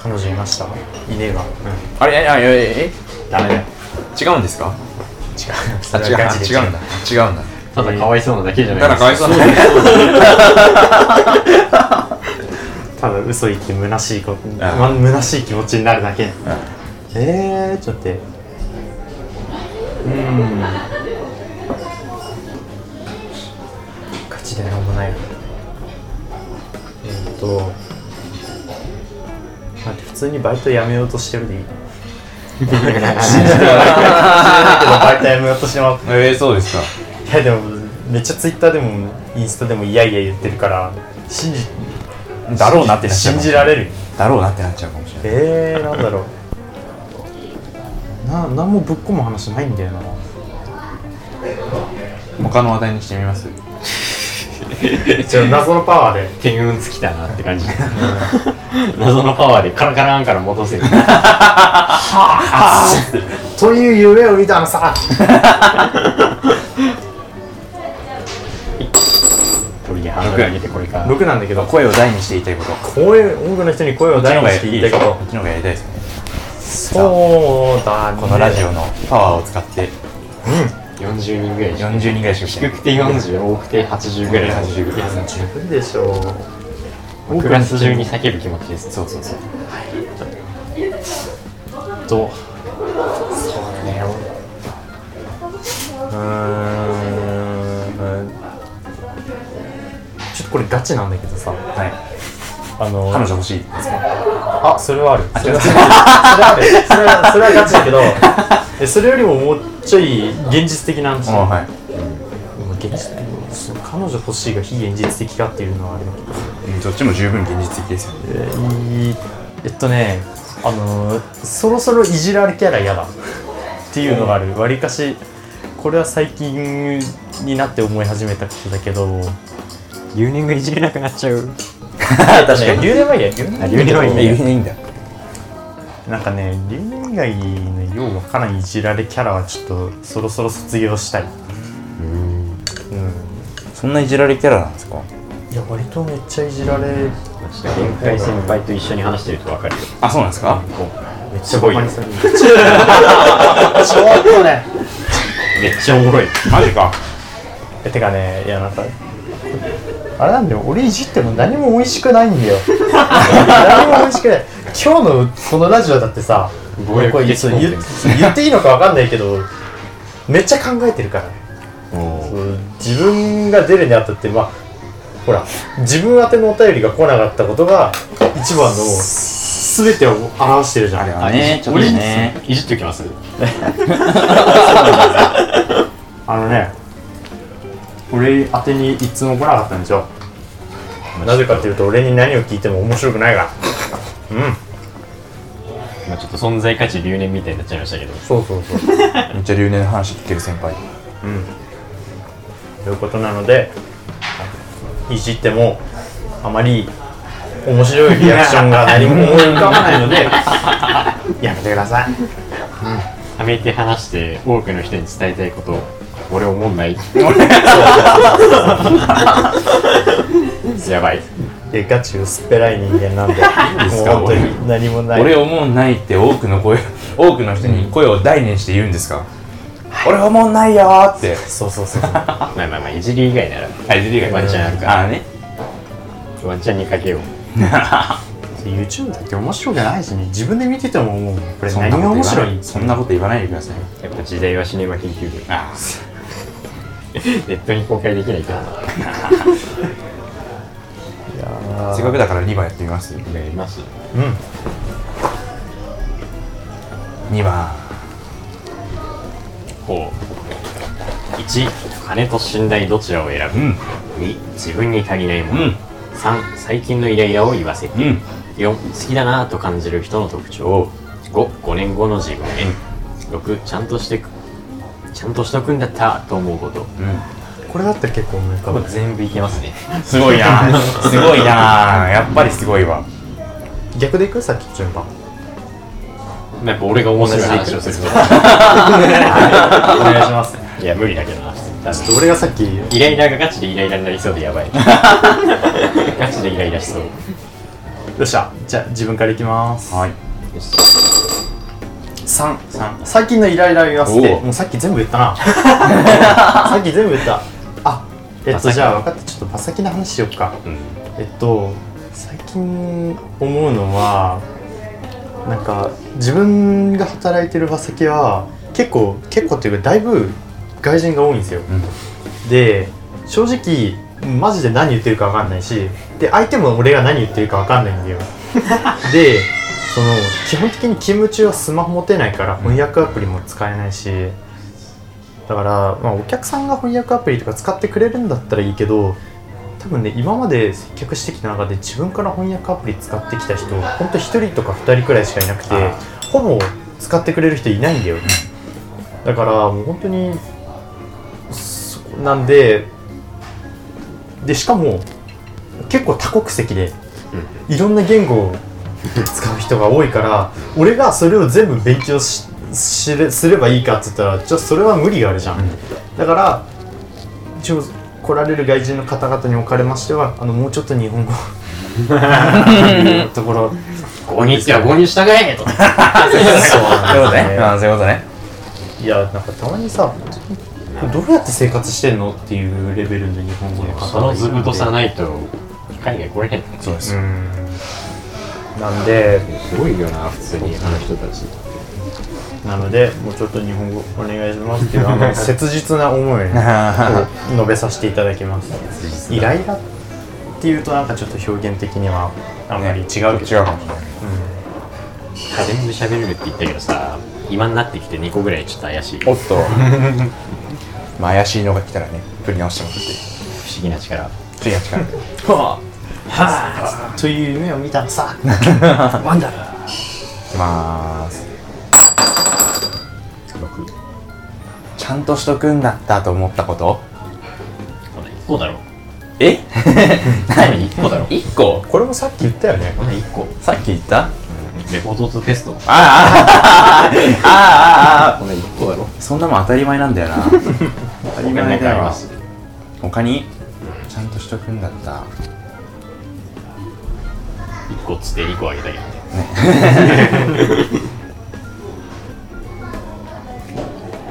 S3: 彼女いましたいねえわ、うん、
S2: あれいやいやいやえ
S3: ダメだよ
S2: 違うんですか
S3: 違う
S2: あ
S3: そ
S2: 違
S3: れ
S2: う
S3: は
S2: あ
S3: ガチで
S2: 違うんだ違うんだ
S1: ただかわいそうなだけじゃない
S2: ただかわいそうなんだ
S3: ただ嘘言って虚しいこ、
S2: あ
S3: ま、虚しい気持ちになるだけ、えー、ちょっと待ってうーんガチでなんもないわえー、っと待って普通にバイト辞めようとしてる でいい信じてもらえない信じてもらえないけどバイト辞めようとしてもらって
S2: えー、そうですか
S3: いやでもめっちゃツイッターでもインスタでもいやいや言ってるから信じ
S2: だろうなってなっちゃう
S3: 信じられるよ
S2: だろうなってなっちゃうかもしれない
S3: えー、なんだろうな何もぶっ込む話ないんだよな
S2: 他の話題にしてみます
S1: ちょ謎のパワーで天運尽きたなって感じ 謎のパワーでカラカランから戻せる
S3: という夢を見たのさ
S1: 鳥に半分上げてこれか
S2: 6なんだけど声を大にして言いたいこと
S1: 声多くの人に声を大にしていいでし
S2: こ
S1: ょ
S2: っちの方がやりたいですよね
S1: そうだね
S2: このラジオのパワーを使って
S1: 40人ぐらいでしょ
S2: 40人ぐらいしか来て
S1: 低
S2: ない
S1: くて40多くて80ぐらい
S2: 80ぐらい
S1: いや
S3: 十分でしょう
S1: クラス中に叫ぶ気持ちです
S2: そうそうそう
S1: と
S3: んちょっとこれガチなんだけどさ
S2: はい
S3: あの
S2: 彼女欲しいですか
S3: あそれはあるそれはあるそれはそれはガチだけどえそれよりももうちょい現実的な話、
S2: あはい
S3: もう現実的その彼女欲しいが非現実的かっていうのはあれだけど
S2: うんどっちも十分現実的ですよね
S3: いいえっとねあのーそろそろいじられキャラ嫌だっていうのがあるわりかしこれは最近になって思い始めたことだけど
S1: 留年がいじれなくなっちゃう
S3: 確かに留年はいいや留年
S1: 留年はいいね
S2: 言えないんだ
S3: なんかね留年以外のようわからんいじられキャラはちょっとそろそろ卒業したいうん
S2: そんないじられキャラなんですか
S3: いや割とめっちゃいじられめっ
S1: 限界先輩と一緒に話してると分かるよ
S2: あそうなんですか
S3: ちゃバカにされる
S1: めっちゃおもろい
S2: マジか
S3: えてかねいやなんかあれなんだよ俺いじっても何も美味しくないんだよ何も美味しくない今日のこのラジオだってさ
S1: 暴力的
S3: これ言そう言言っていいのかわかんないけどめっちゃ考えてるからねそう自分が出るにあたってまあほら自分宛てのお便りが来なかったことが一番の全てを表してるじゃん
S2: あれはねちょっとね
S1: いじっておきます
S3: あのね俺宛てに一通も来なかったんですよなぜかというと俺に何を聞いても面白くないから
S1: まあちょっと存在価値留年みたいになっちゃいましたけど
S3: そうそうそうと
S2: めっちゃ留年の話聞ける先輩
S3: いうことなのでいじってもあまり面白いリアクションが何も思い浮かばないので やめてください
S1: はめて話して多くの人に伝えたいこと俺思んないやばい
S3: でガチ薄っぺらい人間なんで
S2: す
S3: もう
S2: か
S3: 本当に何もない
S2: 俺思うないって多くの声 多くの人に声を大にして言うんですか俺思うないよーって
S3: そうそうそうそう
S1: まあまあまあいじり以外なら
S2: あいじりが
S1: ワンチャンあるから
S2: あね
S1: ワンチャンにかけよう
S3: YouTube だって面白くないしね自分で見ててももうこれ
S2: そんな
S3: 何
S2: こと
S3: が面
S2: 言わ
S3: 白
S2: ないいそんなこと言わないでください
S1: やっぱ時代はシネマ研究部
S2: あ
S1: ネットに公開できないから
S2: せっかくだから2番やってみます
S1: なやります
S2: 2番
S1: ほう1金と信頼どちらを選ぶ、
S2: ん
S1: 2自分に足りないもの、
S2: うん
S1: 3最近のイライラを言わせて、
S2: うん
S1: 4好きだなぁと感じる人の特徴55年後の自分へ、6ちゃんとしてくちゃんとしとくんだったと思うこと
S3: これだったら結構思い浮かぶ
S1: 全部いけますね
S2: すごいなすごいなやっぱりすごいわ
S3: 逆でいくさっき順番
S1: やっぱ俺が面白い話をするぞ
S3: お願いします
S1: いや無理だけどな
S3: 俺がさっき
S1: イライラがガチでイライラになりそうでやば いガチでイライラしそう
S3: よっしゃじゃあ自分からいきます
S2: はい
S3: 三最近のイライラを言わせ
S2: お
S3: て
S2: う
S3: もうさっき全部言った なさっき全部言ったあえっとじゃあ分かったちょっと馬先の話しよっか、えっと最近思うのはなんか自分が働いてる馬先は結構結構っていうかだいぶ外人が多いんですよ、で正直マジで何言ってるか分かんないしで相手も俺が何言ってるか分かんないんだよでその基本的に勤務中はスマホ持てないから翻訳アプリも使えないしだから、まあ、お客さんが翻訳アプリとか使ってくれるんだったらいいけど多分ね今まで接客してきた中で自分から翻訳アプリ使ってきた人ほんと1人とか2人くらいしかいなくてほぼ使ってくれる人いないんだよだからもう本当にそなんででしかも結構多国籍でいろんな言語を使う人が多いから俺がそれを全部勉強ししれすればいいかって言ったらじゃあそれは無理があるじゃん、だから一応来られる外人の方々におかれましてはあのもうちょっと日本語をいうところ
S7: 語につは語に従えと。
S2: そういうことね。あーそういうことね。
S3: いやなんかたまにさどうやって生活してんのっていうレベルの日本語の方
S1: そ
S3: が
S1: の
S3: いる
S1: 図
S3: ので
S1: 太さないと海外来れへん
S2: そうです。
S3: うんなんです
S1: ごいよな普通にあの人たち
S3: なのでもうちょっと日本語お願いしますっていうあの切実な思いを述べさせていただきますイライラっていうとなんかちょっと表現的にはあんまり違うけど、
S2: 違うかもしれない。
S1: 全部喋れるって言ったけどさ今になってきて2個ぐらいちょっと怪しい不
S2: お
S1: 思
S2: っと。まあ怪しいのが来たらね、振り直してもらっ
S1: 議な力
S2: て。違う力で。
S3: はあという夢を見た らさワンダル
S2: いきまーす。ちゃんとしとくんだったと思ったこと
S1: これ1個だろ
S2: え
S1: 何1個だろ
S2: 一個
S3: これもさっき言ったよね
S1: これ1個
S2: さっき言った
S1: レポートとテスト
S2: あああああああ
S1: これ1個だろ
S2: あそんなもん 当たり前なんだよな当たり前だよ他にちゃんとしとくんだった
S1: 1個っつって2個あげたけどね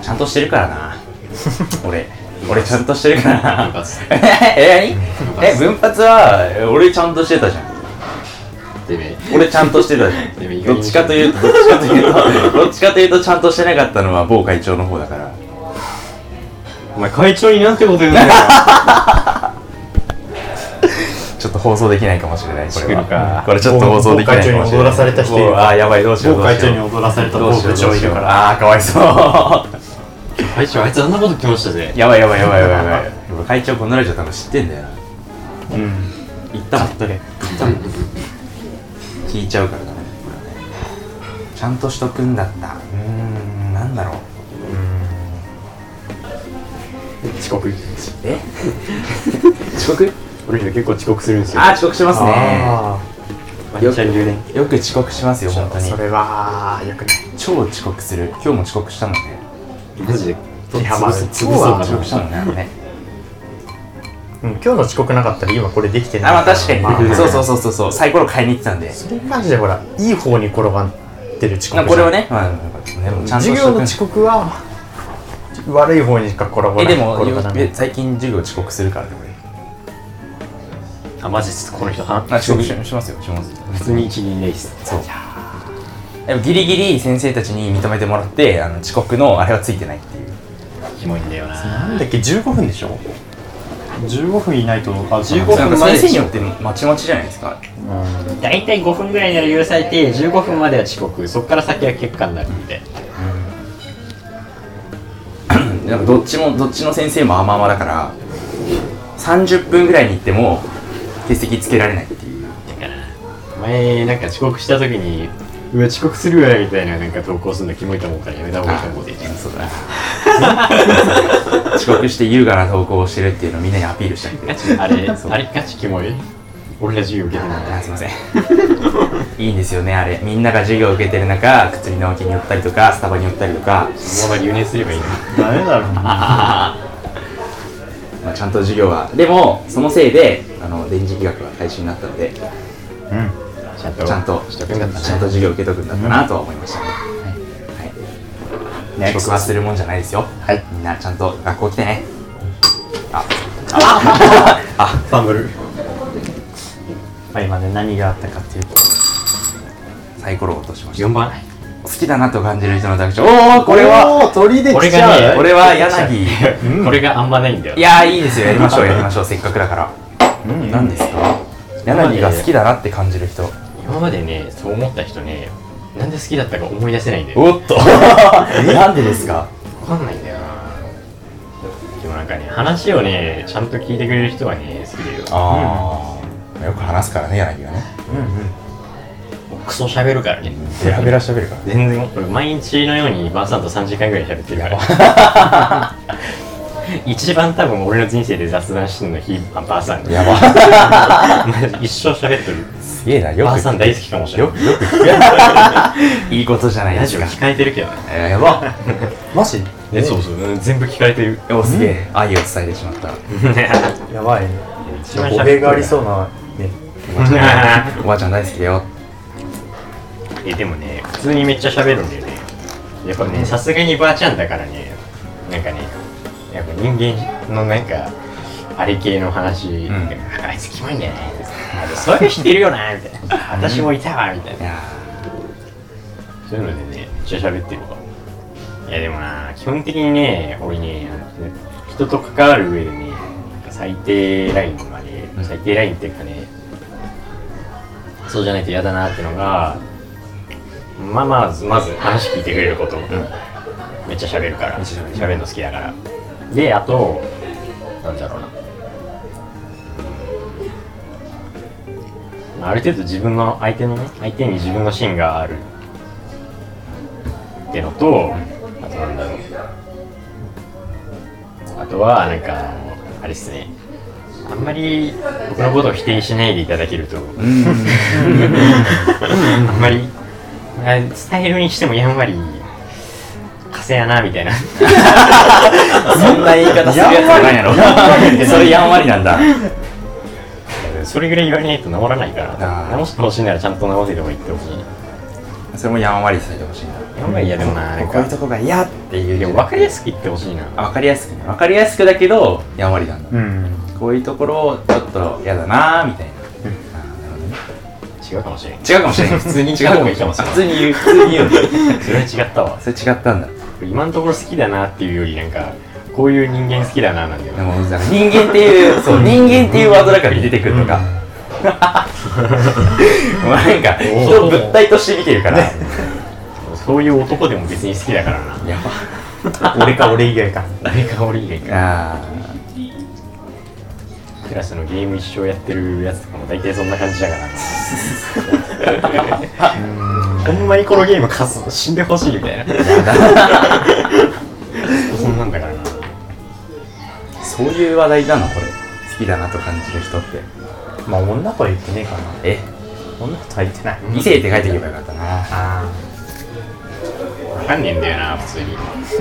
S2: ちゃんとしてるからな俺俺ちゃんとしてるから
S1: なん
S2: な
S1: か
S2: え何 え分発は俺ちゃんとしてたじゃん
S1: てめえ
S2: 俺ちゃんとしてたじゃ
S1: でも意
S2: ん
S1: 外に
S2: どっちかというとどっちかというとどっちかというとちゃんとしてなかったのは某会長の方だから
S7: お前会長になんてこと言うんだよ。
S2: ちょっと放送できないかもしれないこれ
S7: 作るか
S2: はこれちょっと放送できないかもしれない
S3: 某会長に踊らされた人いる
S2: 某あーやばいどうしよう
S3: 某
S2: どうしよう
S3: 会長に踊らされた
S2: ど
S3: 某
S2: うしよ
S3: 部
S2: うど
S3: 長
S2: う
S3: い
S2: し
S3: る
S2: よう
S3: から
S2: ああかわいそう
S1: 会長あいつあんなこと言ってましたぜ
S2: やばいやばいやばいやばいやばい俺会長このラジオ多分知ってんだよなうん言ったもん
S3: どれ
S2: 聞いちゃうからだねこれはねちゃんとしとくんだったうーんなんだろう
S7: 遅刻。
S2: え遅刻
S7: 俺ら結構遅刻するんですよ。
S2: あー遅刻しますね
S3: あ
S7: ワンチャン留年。
S2: よく遅刻しますよ本当
S3: あ
S2: に
S3: それはよくない
S2: 超遅刻する今日も遅刻したもんね
S1: マジで
S3: いやまあ潰
S2: 今日は遅刻したもんねあのね
S3: うん今日の遅刻なかったら今これできてない
S2: あまあ確かに、
S3: ま あ
S2: そうそうそうそうそうサイコロ買いに行ってたんで
S3: それに関してはほらいい方に転がってる遅刻じゃ
S2: ま
S3: ん
S2: あこれはね、まあ、でもちゃんと
S3: 授
S2: し
S3: 業
S2: とく
S3: の
S2: ん
S3: 遅刻は悪い方にしか転ばない
S2: えでも
S3: 転ばない
S2: え最近授業遅刻するからね
S1: あマジっすこの人は
S2: 俺あ遅刻ししますよしますよ
S7: 普通に一人レース。
S2: そうでもギリギリ先生たちに認めてもらってあの遅刻のあれはついてないっていう
S1: キモいんだよな
S3: なんだっけ15分でしょ15分いないとあ15
S2: なんか先生によってまちまちじゃないですか
S1: 大体5分ぐらいなら許されて15分までは遅刻そっから先は結果になるんで
S2: なんかどっちもどっちの先生も甘々だから30分ぐらいに行っても欠席つけられないっていう
S1: 前なんか遅刻した時にうわ遅刻するわみたいななんか投稿するのキモいと思うからやめた方がいいと思うで
S2: そうだ遅刻して優雅な投稿をしてるっていうのをみんなにアピールしたい
S1: ガチあれあれガチキモい俺ら授業受けてない
S2: あすいませんいいんですよねあれみんなが授業を受けてる中靴に直樹に寄ったりとかスタバに寄ったりとか、
S1: そのまま留年すればいいの
S3: ダメだろ
S2: まあ、ちゃんと授業はでもそのせいであの電磁気学は廃止になったのでち
S1: ちゃんと
S2: ゃんと
S1: し
S2: ち
S1: とく
S2: ゃ
S1: んだった
S2: んと授業を受けとくんだったなとは思いましたね、はい、はい、遅刻はするもんじゃないですよはいみんなちゃんと学校来てね
S3: ファンブルまあ今ね何があったかっていうと
S2: サイコロを落としました
S1: 4番
S2: 好きだなと感じる人の特徴おおこれは
S3: おー鳥で
S1: 俺
S3: 来ち
S1: が
S3: ゃ
S1: ね
S3: う
S2: 俺は 柳
S1: これがあんまないんだよ
S2: いやーいいですよやりましょうやりましょうせっかくだからうん何ですか柳が好きだなって感じる人
S1: 今までねそう思った人ねなんで好きだったか思い出せないんだよ
S2: おっ となんでですか
S1: わかんないんだよなでもなんかね話をねちゃんと聞いてくれる人はね好きだよ
S2: ああよく話すからね柳がね
S1: クソ喋るからね
S2: ベラベラ喋るから
S1: 全然俺毎日のようにばあさんと3時間ぐらい喋ってるから一番多分俺の人生で雑談してるのヒーバーさん。
S2: やば。
S1: マ ジ一生喋 ってる。
S2: すげえな、よ
S1: バー
S2: く。
S1: さん大好きかもしれ
S2: よ
S1: な
S2: く、よく。いいことじゃない
S1: ラ
S2: で
S1: ジ
S2: す
S1: オ
S2: か。
S1: 聞かれてるけどね。
S2: やば。
S3: マジ
S1: えそうそう、うん全部聞かれてる。
S2: お、すげえ。愛を伝えてしまった。
S3: やばいね
S1: 一番喋ってる
S3: 語弊があ りそうなね
S2: おばあちゃん大好きだよ。
S1: えでもね普通にめっちゃ喋るんだよねやっぱねさすがにばあちゃんだからねなんかねやっぱ人間のなんかあれ系の話、
S2: ん
S1: あいつキモいんだよねあれそういう人いるよなみたいな私もいたわみたい
S2: い
S1: な
S2: や
S1: そういうのでねめっちゃ喋ってるわいやでもな基本的にね俺ね人と関わる上でねなんか最低ラインまで、最低ラインっていうかねそうじゃないと嫌だなってのがまあまずまず話聞いてくれること、めっちゃ喋るから喋るの好きだからであとなんだろうなうんある程度自分の相手のね相手に自分の芯があるってのとあとなんだろうあとはなんかあのあれっすねあんまり僕のことを否定しないでいただけると
S2: うん。
S1: あんまりあスタイルにしてもやんわり火星やなみたいなそんな言い方するやつないやろ
S2: それやんわりなんだ。
S1: それぐらい言われないと治らないか
S2: あ
S1: ら
S2: ー
S1: 直してほしいならちゃんと直せた方がいいってほしい
S2: それもやんわり伝えてほしいな。
S1: やんわり嫌でもななん
S2: こういう
S1: か
S2: とこが嫌っていう
S1: で
S2: よ
S1: も
S2: り
S1: 分かりやすく言ってほしいな
S2: あわかりやすくね。わかりやすくだけど、やんわりなんだ。
S3: うん
S2: こういうところをちょっと嫌だなーみたいな。あーなるほどね
S1: 違うかもしれん
S2: 違うかもしれない。普通に
S1: 違う方がいいかもしれない
S2: 普通に言う。普通に言う。
S1: それは違ったわ
S2: それ違ったんだ。
S1: 今のところ好きだなっていうよりなんかこういう人間好きだななんだよ
S2: でも、なんか人間って いう、そう、人間っていうワードだから出てくるのが。もうなんか、人を物体として見てるから。
S1: そういう男でも別に好きだからな
S2: やば。
S3: 俺か俺以外か
S1: 誰か俺以外か
S2: あー
S1: クラスのゲーム一生やってるやつとかも大体そんな感じだから なほんまにこのゲーム勝つ死んでほしいみたいなそんなんだからな
S2: そういう話題なのこれ。好きだなと感じる人って。
S3: まあ女とは言ってねえかな
S2: え
S3: 女とは言ってない
S2: 異性って書いておけばよかったな。
S3: あ
S1: わかんねえんだよな普通に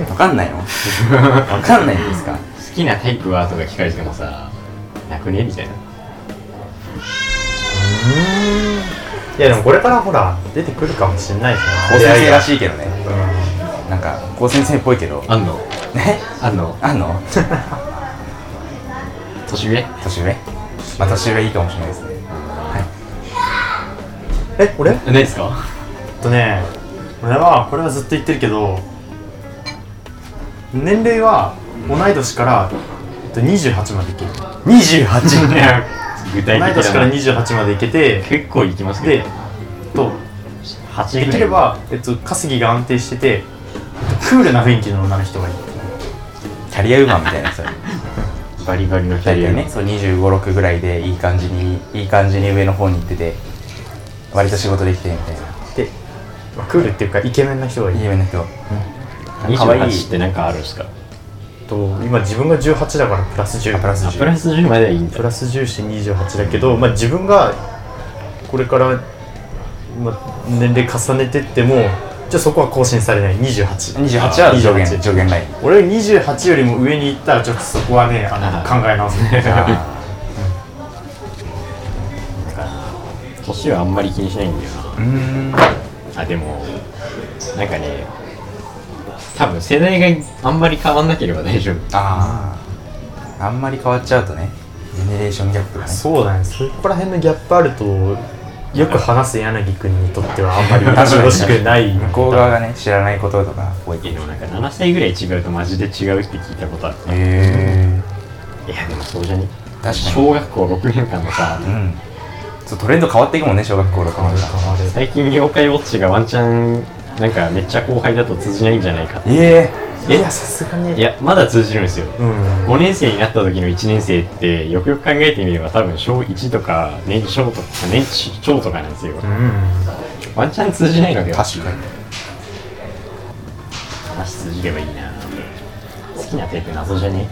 S1: 好
S2: わかんないのわかんないんですか
S1: きなタイプはとか聞かれてもさなくねみたいな
S3: あいやでもこれからほら出てくるかもしんないし
S2: 高先
S3: な出
S2: 生
S3: 会いが
S2: らしいけどね。なんか、高先生っぽいけど。
S1: あんの
S2: ね
S1: あんの
S2: あんの
S1: 年上
S2: 年上まあ年上いいかもしれないですね。
S3: え俺
S1: ないですか
S3: えっとね俺はこれはずっと言ってるけど年齢は同い年から、えっと、28までいける同
S1: 28年 具体
S3: い
S1: 的
S3: 年
S1: だ
S3: から
S1: な
S3: 28までいけて
S1: 結構いきますけ
S3: で
S1: ど
S3: と
S1: 8
S3: で
S1: ぐらい
S3: きれば、えっと、稼ぎが安定してて、えっと、クールな雰囲気の女の人がいい
S2: キャリアウーマンみたいな、そういう。
S1: バリバリのキャ
S2: 大
S1: リア
S2: 体
S1: の
S2: ね、そう25、6ぐらいでいい感じに、いい感じに上の方に行ってて、割と仕事できてみたいな。
S3: で、まあ、クールっていうかイケメンな人がいい
S2: イケメンの人。可愛い
S1: 28ってなんかあるんですか
S3: と今自分が18だからプラス10プラス
S1: あプラス10まではいいんだ
S3: プラス10して28だけど、まあ、自分がこれから、まあ、年齢重ねてってもじゃあそこは更新されない28
S2: 28は上限、
S3: 28
S2: 上限ライン。
S3: 俺28よりも上に行ったらちょっとそこはねあの考え直 すね
S2: あ
S1: 年はあんまり気にしないんだよ
S2: ーうーん。
S1: なあでもなんかね多分世代があんまり変わんなければ大丈夫
S2: ああ。あんまり変わっちゃうとね、ジェネレーションギャップがね。
S3: そうだねそこら辺のギャップあるとよく話す柳くんにとってはあんまりよろしくない
S2: 向こう側がね、知らないこととか多い
S1: いや
S2: け
S1: で
S2: ど。
S1: もなんか7歳ぐらい違うとマジで違うって聞いたことある
S2: へ
S1: いやでもそうじゃね
S2: ー。確かに。
S1: 小学校6年間のさ
S2: うん。そうトレンド変わっていくもんね、小学校6年か
S1: 最近妖怪ウォッチがワンチャンなんかめっちゃ後輩だと通じないんじゃないかっ
S2: ええ
S3: いやさすがに
S1: ていやまだ通じるんですよ
S3: うん
S1: 5年生になった時の1年生ってよくよく考えてみれば多分小1とか年少とか年長とかなんですよ
S3: うん
S1: ワンチャン通じないのでは
S2: 確かに。
S1: 話通じればいいな好きなタイプ謎じゃね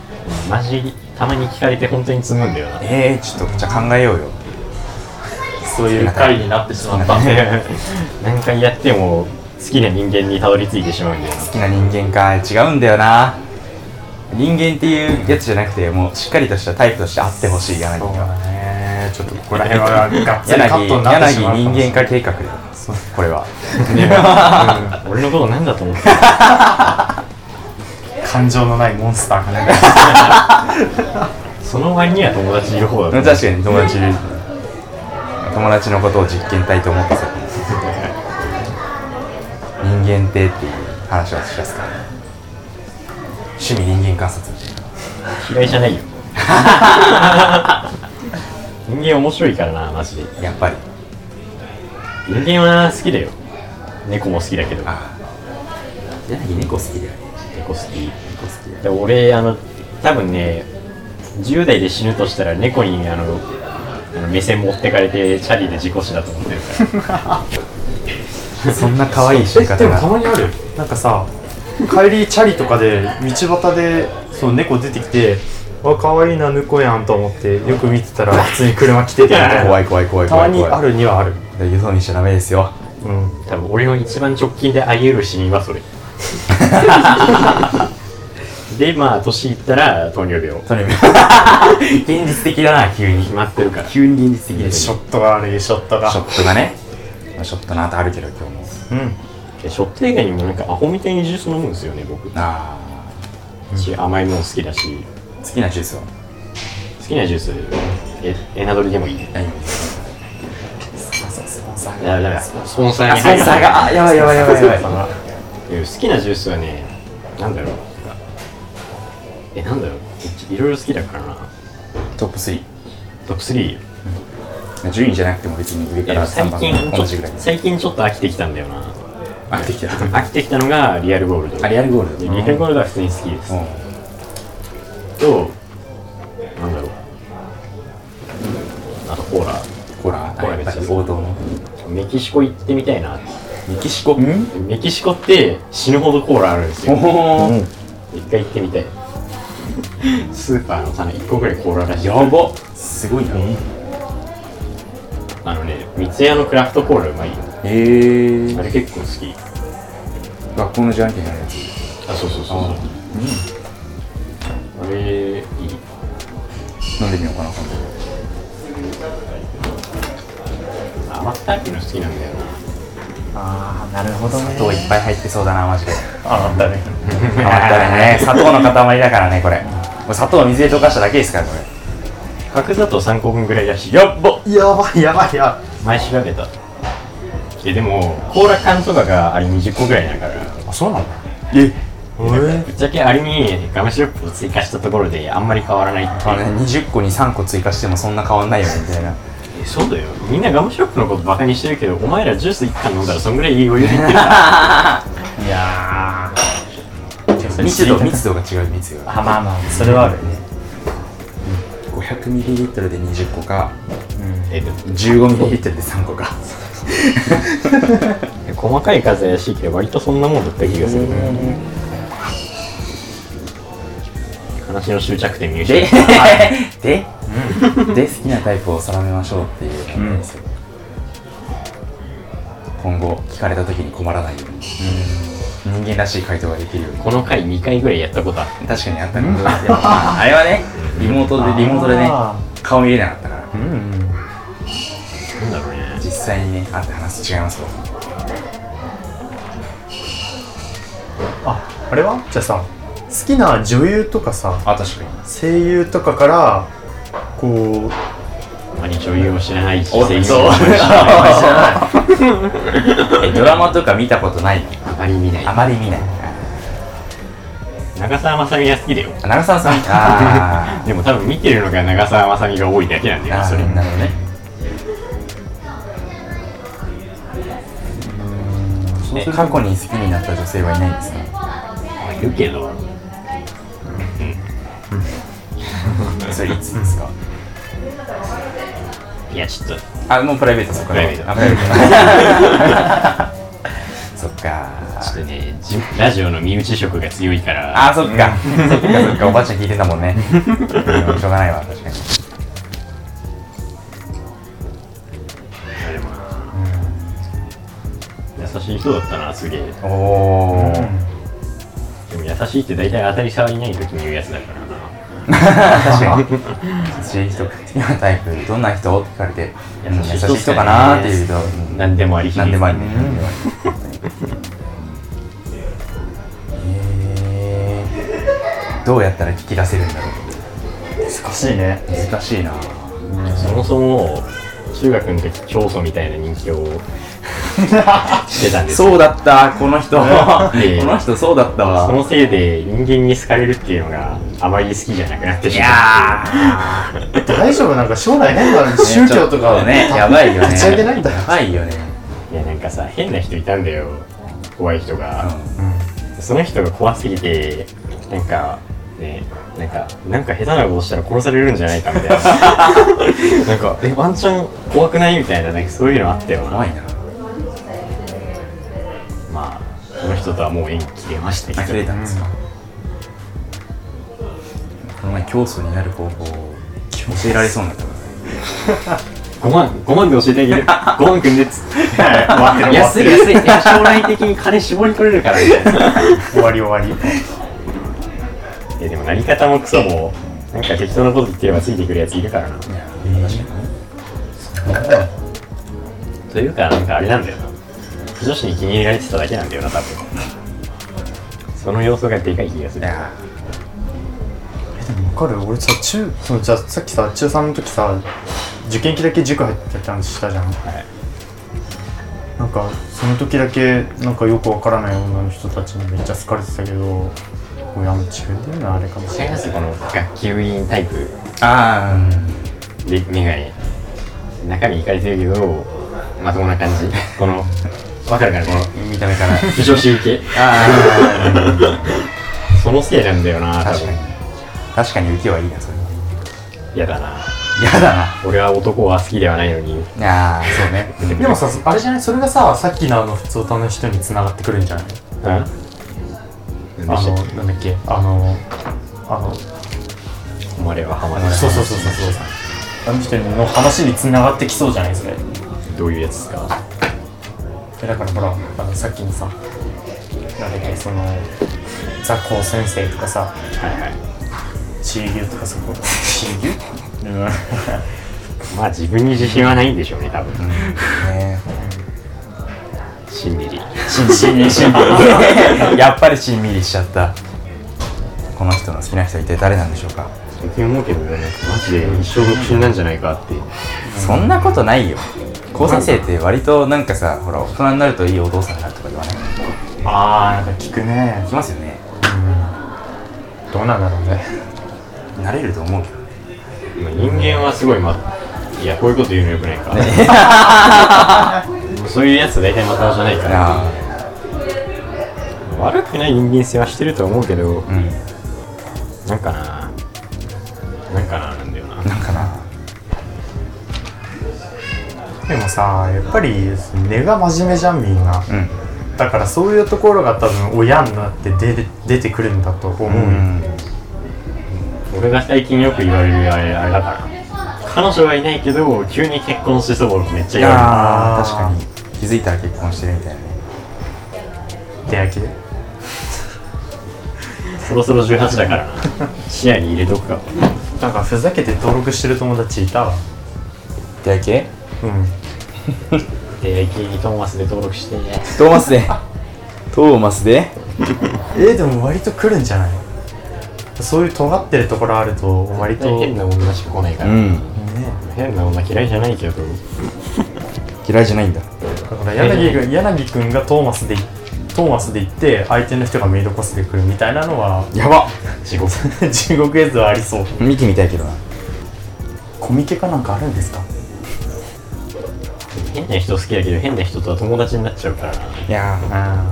S1: マジたまに聞かれて本当に積むんだよな
S2: えー、ちょっとじゃあ考えようよ
S1: そういう回になってしまったんで何回やっても好きな人間にたどり着いてしまうんだよな
S2: 好きな人間か違うんだよな人間っていうやつじゃなくてもうしっかりとしたタイプとしてあってほしい柳には
S3: ねちょっとこれはガッツリカ
S2: 柳
S3: ットになってしまうか
S2: 柳
S3: もしれない
S2: 人間化計画だよこれは
S1: 俺のこと何だと思って
S3: 感情のないモンスターかね
S1: その割には友達いる方だと
S2: 確かに友達いる友達のことを実験体と思ってさ人間ってっていう話をしますからね趣味人間観察
S1: 嫌いじゃないよ人間面白いからなマジで
S2: やっぱり
S1: 人間は好きだよ猫も好きだけど
S2: あ柳猫好きだよね
S1: 猫好き
S2: 猫好きだよ
S1: で俺あの多分ね10代で死ぬとしたら猫にあのあの目線持ってかれてチャリで事故死だと思ってるから
S2: そんな可愛い死に方が
S3: まにあるなんかさ帰りチャリとかで道端でそう猫出てきてわ可愛いな猫やんと思ってよく見てたら普通に車来ててみたい
S2: 怖
S3: ない
S2: 怖い怖い
S3: た
S2: 怖
S3: ま
S2: い
S3: にあ
S2: 怖い
S3: るにはある
S2: 輸送にしちゃダメですよ
S3: うん
S1: 多分俺の一番直近であり得る死にはそ れでまあ年いったら糖尿病
S2: と にかく現実的だな急に
S1: 決まってるから
S2: 急に現実的だ
S3: ショットがあるショットが
S2: ショットがねまあショットの後あるけど今日も
S3: うん
S1: でショット以外にもなんかアホみたいにジュース飲むんですよね僕
S2: あ
S1: 私甘いもの好きだし
S2: ー好きなジュースは
S1: 好きなジュースえエナドリでもいい
S2: 何
S1: ダメダメスポンサー
S2: あ
S1: に入
S2: サイ
S1: る
S2: サーがあやばいやばいやばいやば
S1: 好きなジュースはねなんだろうえなんだろういろいろ好きだからない
S2: トップ3
S1: トップ3
S2: 順位じゃなくても別に上から3
S1: 最
S2: 番
S1: 近
S2: 同じぐらい
S1: 最近ちょっと飽きてきたんだよな
S2: あできた
S1: 飽きてきたのがリアルゴールド
S2: あリアルゴールド
S1: でリアルゴールドは普通に好きです
S2: うん
S1: となんだろうあとコーラ
S2: ほら
S1: ほら
S2: やっぱり王道の
S1: メキシコ行ってみたいな
S2: メキシコ
S1: メキシコって死ぬほどコーラあるんです
S2: お
S1: よ
S2: お
S1: 一回行ってみ たいスーパーの棚1個ぐらいコーラらしい
S2: やばすごいな
S1: あのね三ツ矢のクラフトコーラうまいよ
S2: へえ
S1: あれ結構好き
S2: 学校のじゃんけんやるやつ
S1: あそうそうそうそうあれいい
S2: 飲んでみようかな今度
S1: 甘ったるいの好きなんだよな
S2: ああなるほどね砂糖いっぱい入ってそうだなマジで
S3: あなったね
S2: 変わったね砂糖の塊だからねこれもう砂糖を水で溶かしただけですからこれ
S1: 角砂糖3個分ぐらいらしい
S2: やっば
S3: やばいやばいや
S1: 前調べたえでもコーラ缶とかがあれ20個ぐらいだから
S3: あそうなんだええ
S1: ぶっちゃけあれにガムシロップを追加したところであんまり変わらないって
S2: あ
S1: い
S2: の
S1: う
S2: ね20個に3個追加してもそんな変わん ないよねみたいな
S1: えそうだよみんなガムシロップのことバカにしてるけどお前らジュース1缶飲んだらそんぐらいいいお湯でいってるから
S3: いや
S2: 密度密度が違う密度が
S3: あまあまあそれはあるね
S2: 500ml で20個か
S1: えでも
S2: 15ml で3個か
S1: 細かい数は怪しいけど割とそんなもんだった気がする話の終着点見失
S2: で
S1: った
S2: でで好きなタイプを定めましょうっていう感じですよ今後聞かれた時に困らないように人間らしい回答ができるように
S1: この回2回ぐらいやったことある
S2: 確かにあったね、でも まああれはねリモートでリモートでね
S3: あ
S2: 顔見れなかったから
S1: なんだろうね
S2: 実際にね会って話す違いますよ
S3: ああれはじゃあさ好きな女優とかさ
S2: あ確かに
S3: 声優とかからこう
S1: あまり女優を知らないし
S2: おっ
S1: 声優も知
S2: と
S1: らない
S2: えドラマとか見たことない
S1: あまり見ない
S2: あまり見ない
S1: 長澤まさみが好きだよ
S2: あ長澤さん あー
S1: でも多分見てるのが長澤まさみが多いだけなんだよ
S2: あ
S1: それ
S2: ーなるほどねえ過去に好きになった女性はいないんですか
S1: いるけど
S2: それいつですか
S1: いやちょっと
S2: あもうプライベートそこ
S1: プライベート
S2: あプライベート そっかか
S1: ちょっとね、じラジオの身内色が強いから、
S2: ああそっかそっかそっかおばあちゃん聞いてたもんねうんしょうがないわ確かに
S1: 優しい人だったな、すげえ。
S2: おおー、
S1: でも優しいって大体当たり障りない時に言うやつだからな。
S2: 確かに優しい人好きなタイプどんな人って聞かれてうん優しい人かなーって言うとうん
S1: 何でもあり
S2: 何でもありね
S1: ね。
S2: 何でもありえーどうやったら聞き出せるんだろ
S3: 難しいね
S2: う難しいな
S1: そもそも、中学の時、教祖みたいな人気をしてたんですよ
S2: そうだったこの 人こ
S1: え
S2: の人そうだった
S1: そ
S2: わ
S1: のせいで人間に好かれるっていうのがあまり好きじゃなくなってしま
S3: 大丈夫なんか将来変だね宗教とか
S2: ねやばいよね
S3: 立ち上げないんだよ
S2: やばいよね
S1: ういやなんかさ変な人いたんだよ怖い人が、その人が怖すぎてなんかねなんかなんか下手なことしたら殺されるんじゃないかみたい ななんかえワンチャン怖くないみたいななんかそういうのあったよな
S2: 怖いな
S1: まあこの人とはもう縁切れました
S2: 呆
S1: け
S2: れ
S1: ど
S2: たんですか、この前教祖になる方法を教えられそうになったから
S1: 5万5万で教えてあげ る5万くんでっつって安い安いいや将来的に金絞り取れるからみたいな
S3: 終わり終わり
S1: いやでもなり方もクソもなんか適当なこと言ってればついてくるやついるからなというかなんかあれなんだよな女子に気に入られてただけなんだよな多分その要素がでかい気がする
S3: わかる俺さ中そのじゃあさっきさ中3の時さ受験期だけ塾入ってたんしたじゃん、
S1: い
S3: なんかその時だけなんかよくわからない女の人たちにめっちゃ好かれてたけど親も自分で言うのはあれかもし
S1: 違
S3: れ
S1: い
S3: な
S1: ま
S3: い
S1: すこの学級委員タイプ
S2: ああ、うん
S1: でメガネ中身いかれてるけどまともな感じこのわかるかなこの
S2: 見た目から
S1: 不女子受け
S2: ああ
S1: そのせいなんだよな多
S2: 確
S1: 分
S2: かに確かに受けはいいなそれは
S1: 嫌だな
S2: 嫌だな
S1: 俺は男は好きではないのに
S2: ああそうね
S3: でもさあれじゃないそれがささっきのあの普通歌の人に繋がってくるんじゃない
S1: うんなん
S3: あ
S1: でした
S3: の
S1: っけ
S3: なんだっけあのあの
S1: 生まれは浜田
S3: そうそうそうそうそうあの人の話に繋がってきそうじゃないそれ
S1: どういうやつですか
S3: えだからほらあのさっきのさなんだっけそのザ・コウ先生とかさ
S1: はいはい
S3: チー牛とかそこチー牛うん
S1: まあ自分に自信はないんでしょうね多分
S2: ね
S1: シンデリ
S2: しんしんしんみ りやっぱりしんみりしちゃったこの人の好きな人は一体誰なんでしょうか、
S1: 最近思うけどねマジで一生独身なんじゃないかって
S2: そんなことないよ高先生って割となんかさほら大人になるといいお父さんになるとか言わない
S3: ああなんか聞くね
S2: 聞きますよね
S3: どうなんだろうね
S2: なれると思うけどね
S1: まあ人間はすごいまいやこういうこと言うのよくないかそういうやつ大体まともじゃないから
S2: ああ
S1: 悪くない人間性はしてると思うけど
S2: うん
S1: なんかななんかななんだよな
S2: なんかな
S3: でもさやっぱり根が真面目じゃんみんな
S2: うん
S3: だからそういうところが多分親になって出て出てくるんだと思う、
S2: うん
S1: 俺が最近よく言われるあれあれだから彼女はいないけど急に結婚しそうめっちゃ言わ
S2: ああ
S3: あー
S2: 確かに気づいたら結婚してるみたいなね
S3: 出会い系で
S1: れるそろそろ18だからな視野に入れとくか
S3: なんかふざけて登録してる友達いたわ
S2: 出会い系
S3: うん
S1: で駅にトーマスで登録して
S2: トーマス でトーマスで
S3: えー、でも割と来るんじゃないそういう尖ってるところあると割と
S1: 変な女しか来ないか
S2: う
S1: ら、
S2: ん
S1: 変な女嫌いじゃないけど
S2: 嫌いじゃないんだ
S3: だから柳が柳君がトーマスでトーマスで行って相手の人がメイドコスで来るみたいなのは
S2: やば
S1: 地獄
S3: 地獄絵図はありそう
S2: 見てみたいけどな
S3: コミケかなんかあるんですか
S1: 変な人好きだけど変な人とは友達になっちゃうからない
S2: やー
S3: あ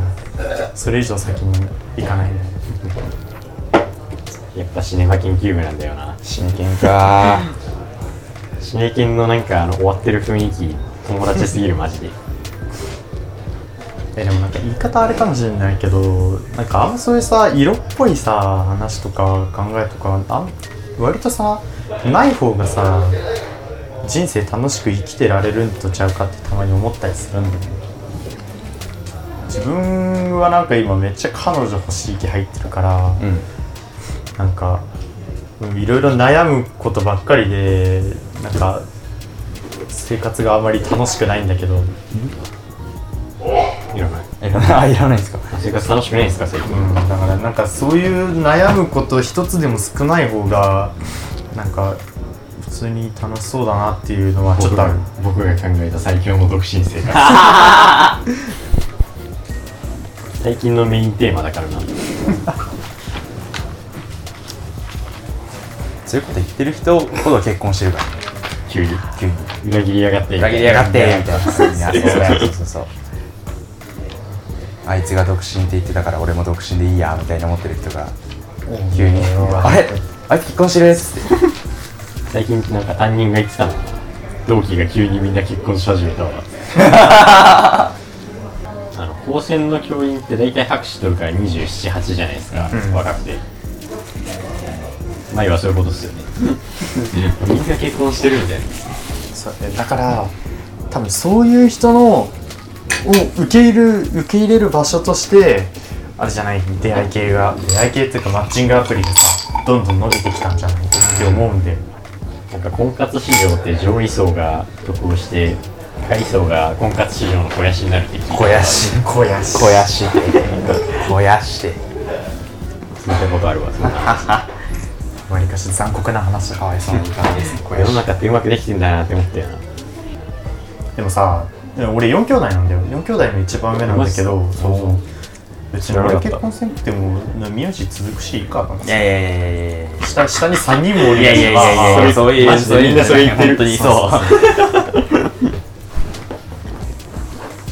S3: あそれ以上先に行かないで
S1: やっぱシネマ研究部なんだよな
S2: 真剣かー
S1: シネ研のなんかあの終わってる雰囲気友達すぎるマジでえでもなんか
S3: 言い方あれかもしれないけどなんかあんまそういうさ色っぽいさ話とか考えとかあん割とさない方がさ人生楽しく生きてられるんとちゃうかってたまに思ったりするんだよね自分はなんか今めっちゃ彼女欲しい気入ってるから、
S2: うん
S3: なんかうんいろいろ悩むことばっかりでなんか生活があまり楽しくないんだけど
S1: いらない
S2: えら ないあいらないですか
S1: 生活楽しくないですか最近
S3: うん、だからなんかそういう悩むこと一つでも少ない方がなんか普通に楽しそうだなっていうのはちょっとある
S7: 僕が考えた最強の独身生活
S1: 最近のメインテーマだからな
S2: そういうこと言ってる人ほど結婚してるから
S7: 急に急に裏切りやがって
S2: 裏切りやがってみたいな普通にあそうそうそうそうそうあいつが独身って言ってたから俺も独身でいいやみたいに思ってる人が急に「あれあいつ結婚してる」っつって
S1: 最近なんか担任が言ってたの同期が急にみんな結婚し始めた わあの高専の教員って大体博士取るから278じゃないですか、若くて前はそういうことっすよね みんな結婚してるみたいな
S3: そうだから多分そういう人のを受け入れる受け入れる場所としてあれじゃない出会い系が出会い系っていうかマッチングアプリがさどんどん伸びてきたんじゃないかって思うんで
S1: なんか婚活市場って上位層が得をして下位層が婚活市場の肥やしになるって聞い
S2: 肥やし
S3: 肥やし
S2: 肥やして肥やして
S1: 聞いたことあるわ そんな
S3: わりかし残酷な話かわいそうな言い方ですね
S1: 世の中ってうまくできてんだなって思ったよな
S3: でもさでも俺4兄弟なんだよ4兄弟の一番上なんだけどそうそう別に俺結婚せんくても名字続くしいいか
S2: いやいやいやいやいや
S3: 下下に3人もおる
S2: いやいやいやいやい や、そういう、そういう、みんなそれ言ってる。本当にそう。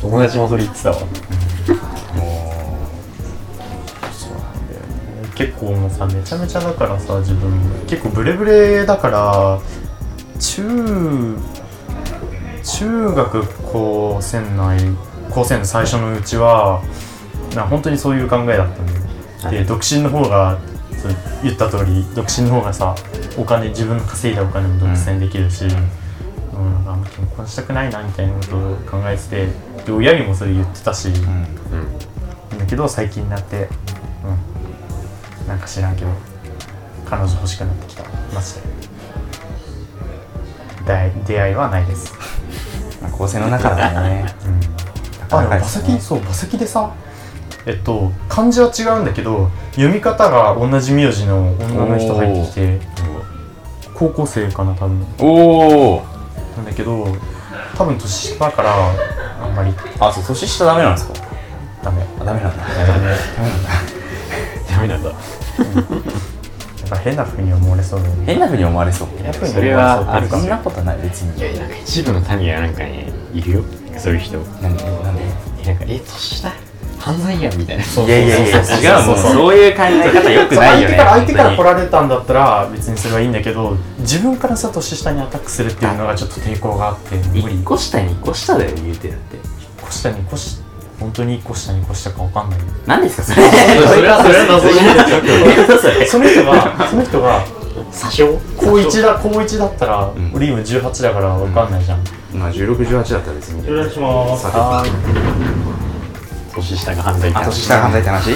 S1: 友達もそれ言ってたわ
S3: 結構もうさめちゃめちゃだからさ自分結構ブレブレだから中中学高専内高専の最初のうちはな本当にそういう考えだったんだよで独身の方がそう言った通り独身の方がさお金自分の稼いだお金も独占できるし、うんなんかあんま結婚したくないなみたいなことを考えててで親にもそれ言ってたし、だけど最近になってうんなんか知らんけど彼女欲しくなってきたマジで出会い出会いはないです
S2: まあ構成の中だからね。
S3: あでも
S2: はい
S3: 馬先そう馬先でさえっと漢字は違うんだけど読み方が同じ名字の女の人入ってきて高校生かな多分
S2: おお。
S3: なんだけど多分年下だからあんまり
S2: あ、そう、年下ダメなんですか。
S3: ダメ
S2: あ、ダメなんだ。
S1: ダメなんだ
S3: なんか変な風に思われそうだよね
S2: 変な風に思われそう。
S3: 変な風に
S1: それ
S3: 思わそう
S1: はある
S2: そ
S1: かも
S2: んなことない、別に。
S1: なんか一部の民がなんかねいるよそういう人
S2: なんで、なんで。
S1: なんかえ年下犯罪やんみたいなそう
S2: いやいやいや、違うもん。そういう考え方 良く
S3: そう
S2: ない
S3: 相
S2: よ
S3: 手
S2: ね。
S3: から相手から来
S2: 本
S3: られたんだったら別にそれはいいんだけど自分からさ年下にアタックするっていうのがちょっと抵抗があって
S2: 当に
S3: 無理
S2: 一個下に一個下だよ、言うてるって。
S3: 個下に個下本当に1個下に1個下か分かんない
S2: 何ですか、それ。それは、それは、謎に。
S3: その人がその人が
S1: 詐称
S3: 高1だ高1だったら、
S2: ん
S3: 俺今18だから分かんないじゃん、
S2: まあ、16、18だったら別に。
S3: お願いします
S1: 年下が犯罪
S2: あ、
S1: か
S2: 年下が犯罪って話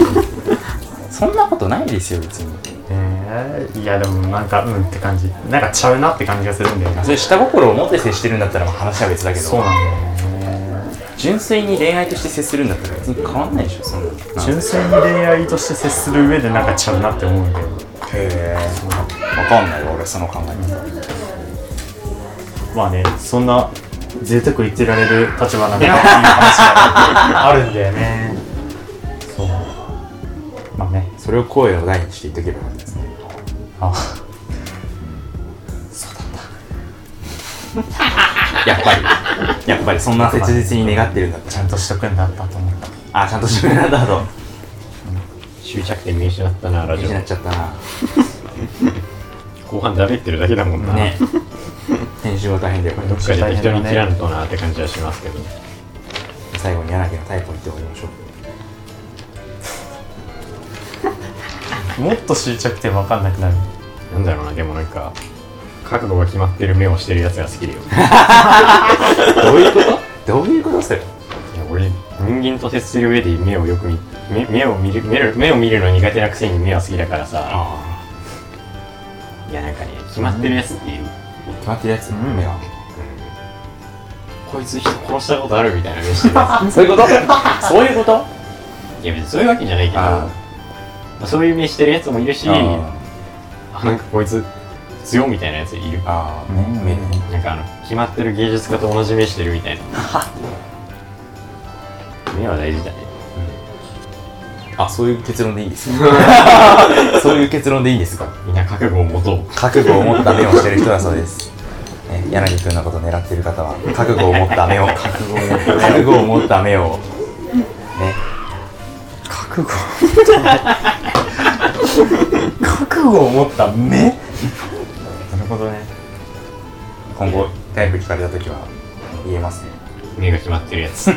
S2: そんなことないですよ、別に。
S3: えー、いやでもなんかうんって感じなんかちゃうなって感じがするんだよね
S2: それ下心を持って接してるんだったらまあ話は別だけど
S3: そうなんだよね
S2: 純粋に恋愛として接するんだったら別に変わんないでしょそんなの
S3: 純粋に恋愛として接する上でなんかちゃうなって思うんだよ
S2: へえわかんないわ俺その考え方
S3: まあね、そんな贅沢言ってられる立場なんだっていう話があるんだよね。そう。まあね、
S2: それを声を大にして言っとけばよかったですね
S3: あ、
S2: やっぱり やっぱりそんな切実に願ってるんだった
S3: ちゃんとしとくんだったと思った。
S2: あちゃんとしてくれたんだ と
S1: 終着点見失ったなラ
S2: 気
S1: ジ
S2: になっ
S1: オ
S2: ちゃった
S1: 後半ダメってるだけだもんな、
S2: なね編集は大変だよ
S1: どっかで適当に切らんとなって感じはしますけど
S9: 最後に柳のタイプを言って終わりましょう
S3: もっと執着点分かんなくなる
S1: なんだろうなでもなんか覚悟が決まってる目をしてるやつが好きだよ
S9: どういうことどういうことそれ
S1: いや俺人間と接する上で目をよく見目目を見る目を目を見るの苦手なくせに目は好きだからさ
S9: あ
S1: いやなんかね決まってるやつっていう
S2: 決まってるやつ、目は
S1: こいつ人殺したことあるみたいな目してるやつ そういうことそういうこといや別にそういうわけじゃないけど
S2: あ
S1: そういう目してるやつもいるし
S2: あ
S1: あなんかこいつ強みたいなやついる
S2: ああね目ね
S1: なんかあの決まってる芸術家と同じ目してるみたい な目は大事だね
S2: あそういう結論でいいですか そういう結論でいいですか
S1: みんな覚悟を持とう
S2: 覚悟を持った目をしてる人だそうです、ね、柳くんのことを狙ってる方は覚悟を持った目を覚悟を持った目をね
S3: 覚悟を持った目
S2: なるほどね今後タイプ聞かれた時は言えますね
S1: 目が決まってるやつ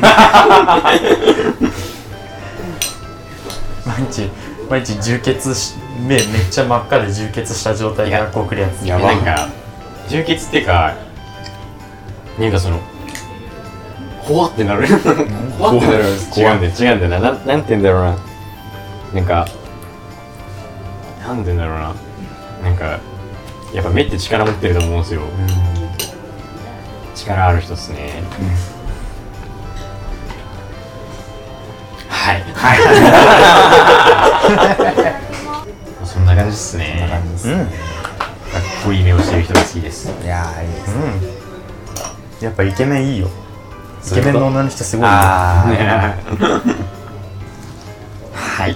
S3: 毎日毎日充血し目めっちゃ真っ赤で充血した状態で学校来るやつ
S1: やばなんか充血ってかなんかそのほわってなる ほわってなる違うんだよ違うんだよななんなんて言うんだろうななんかなんて言うんだろうななんかやっぱ目って力持ってると思うんですよ力ある人っすねはいはい そんな感じっすね
S2: こんな感じ
S1: か
S2: です、
S1: っこいい目をしてる人が好きです
S2: いやーいいですね、
S3: やっぱイケメンいいよイ
S2: うい
S3: ケ
S2: うこと
S3: メンの女の人すごいよ
S2: あ
S1: はい
S2: あ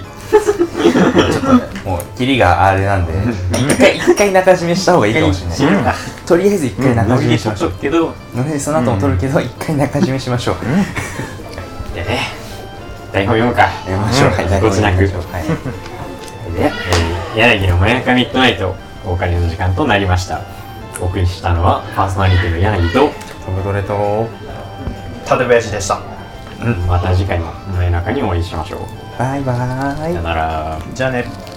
S2: もうキリがあれなんで一回一回中締めした方がいいかもしれない、とりあえず一回中締めしましょう、
S1: けど
S2: のれその後も撮るけど、一回中締めしましょう、
S1: でね台本読むか
S2: やりましょう、はい、
S1: ぎこちなく
S2: やりましょうはい
S1: で、えー、柳の真夜中ミッドナイトお別れの時間となりましたお送りしたのはパーソナリティの柳と、
S2: トムドレと
S3: 館林でした
S1: また次回も真夜中にお会いしましょう
S2: バイバーイ
S1: さよなら
S3: じゃあね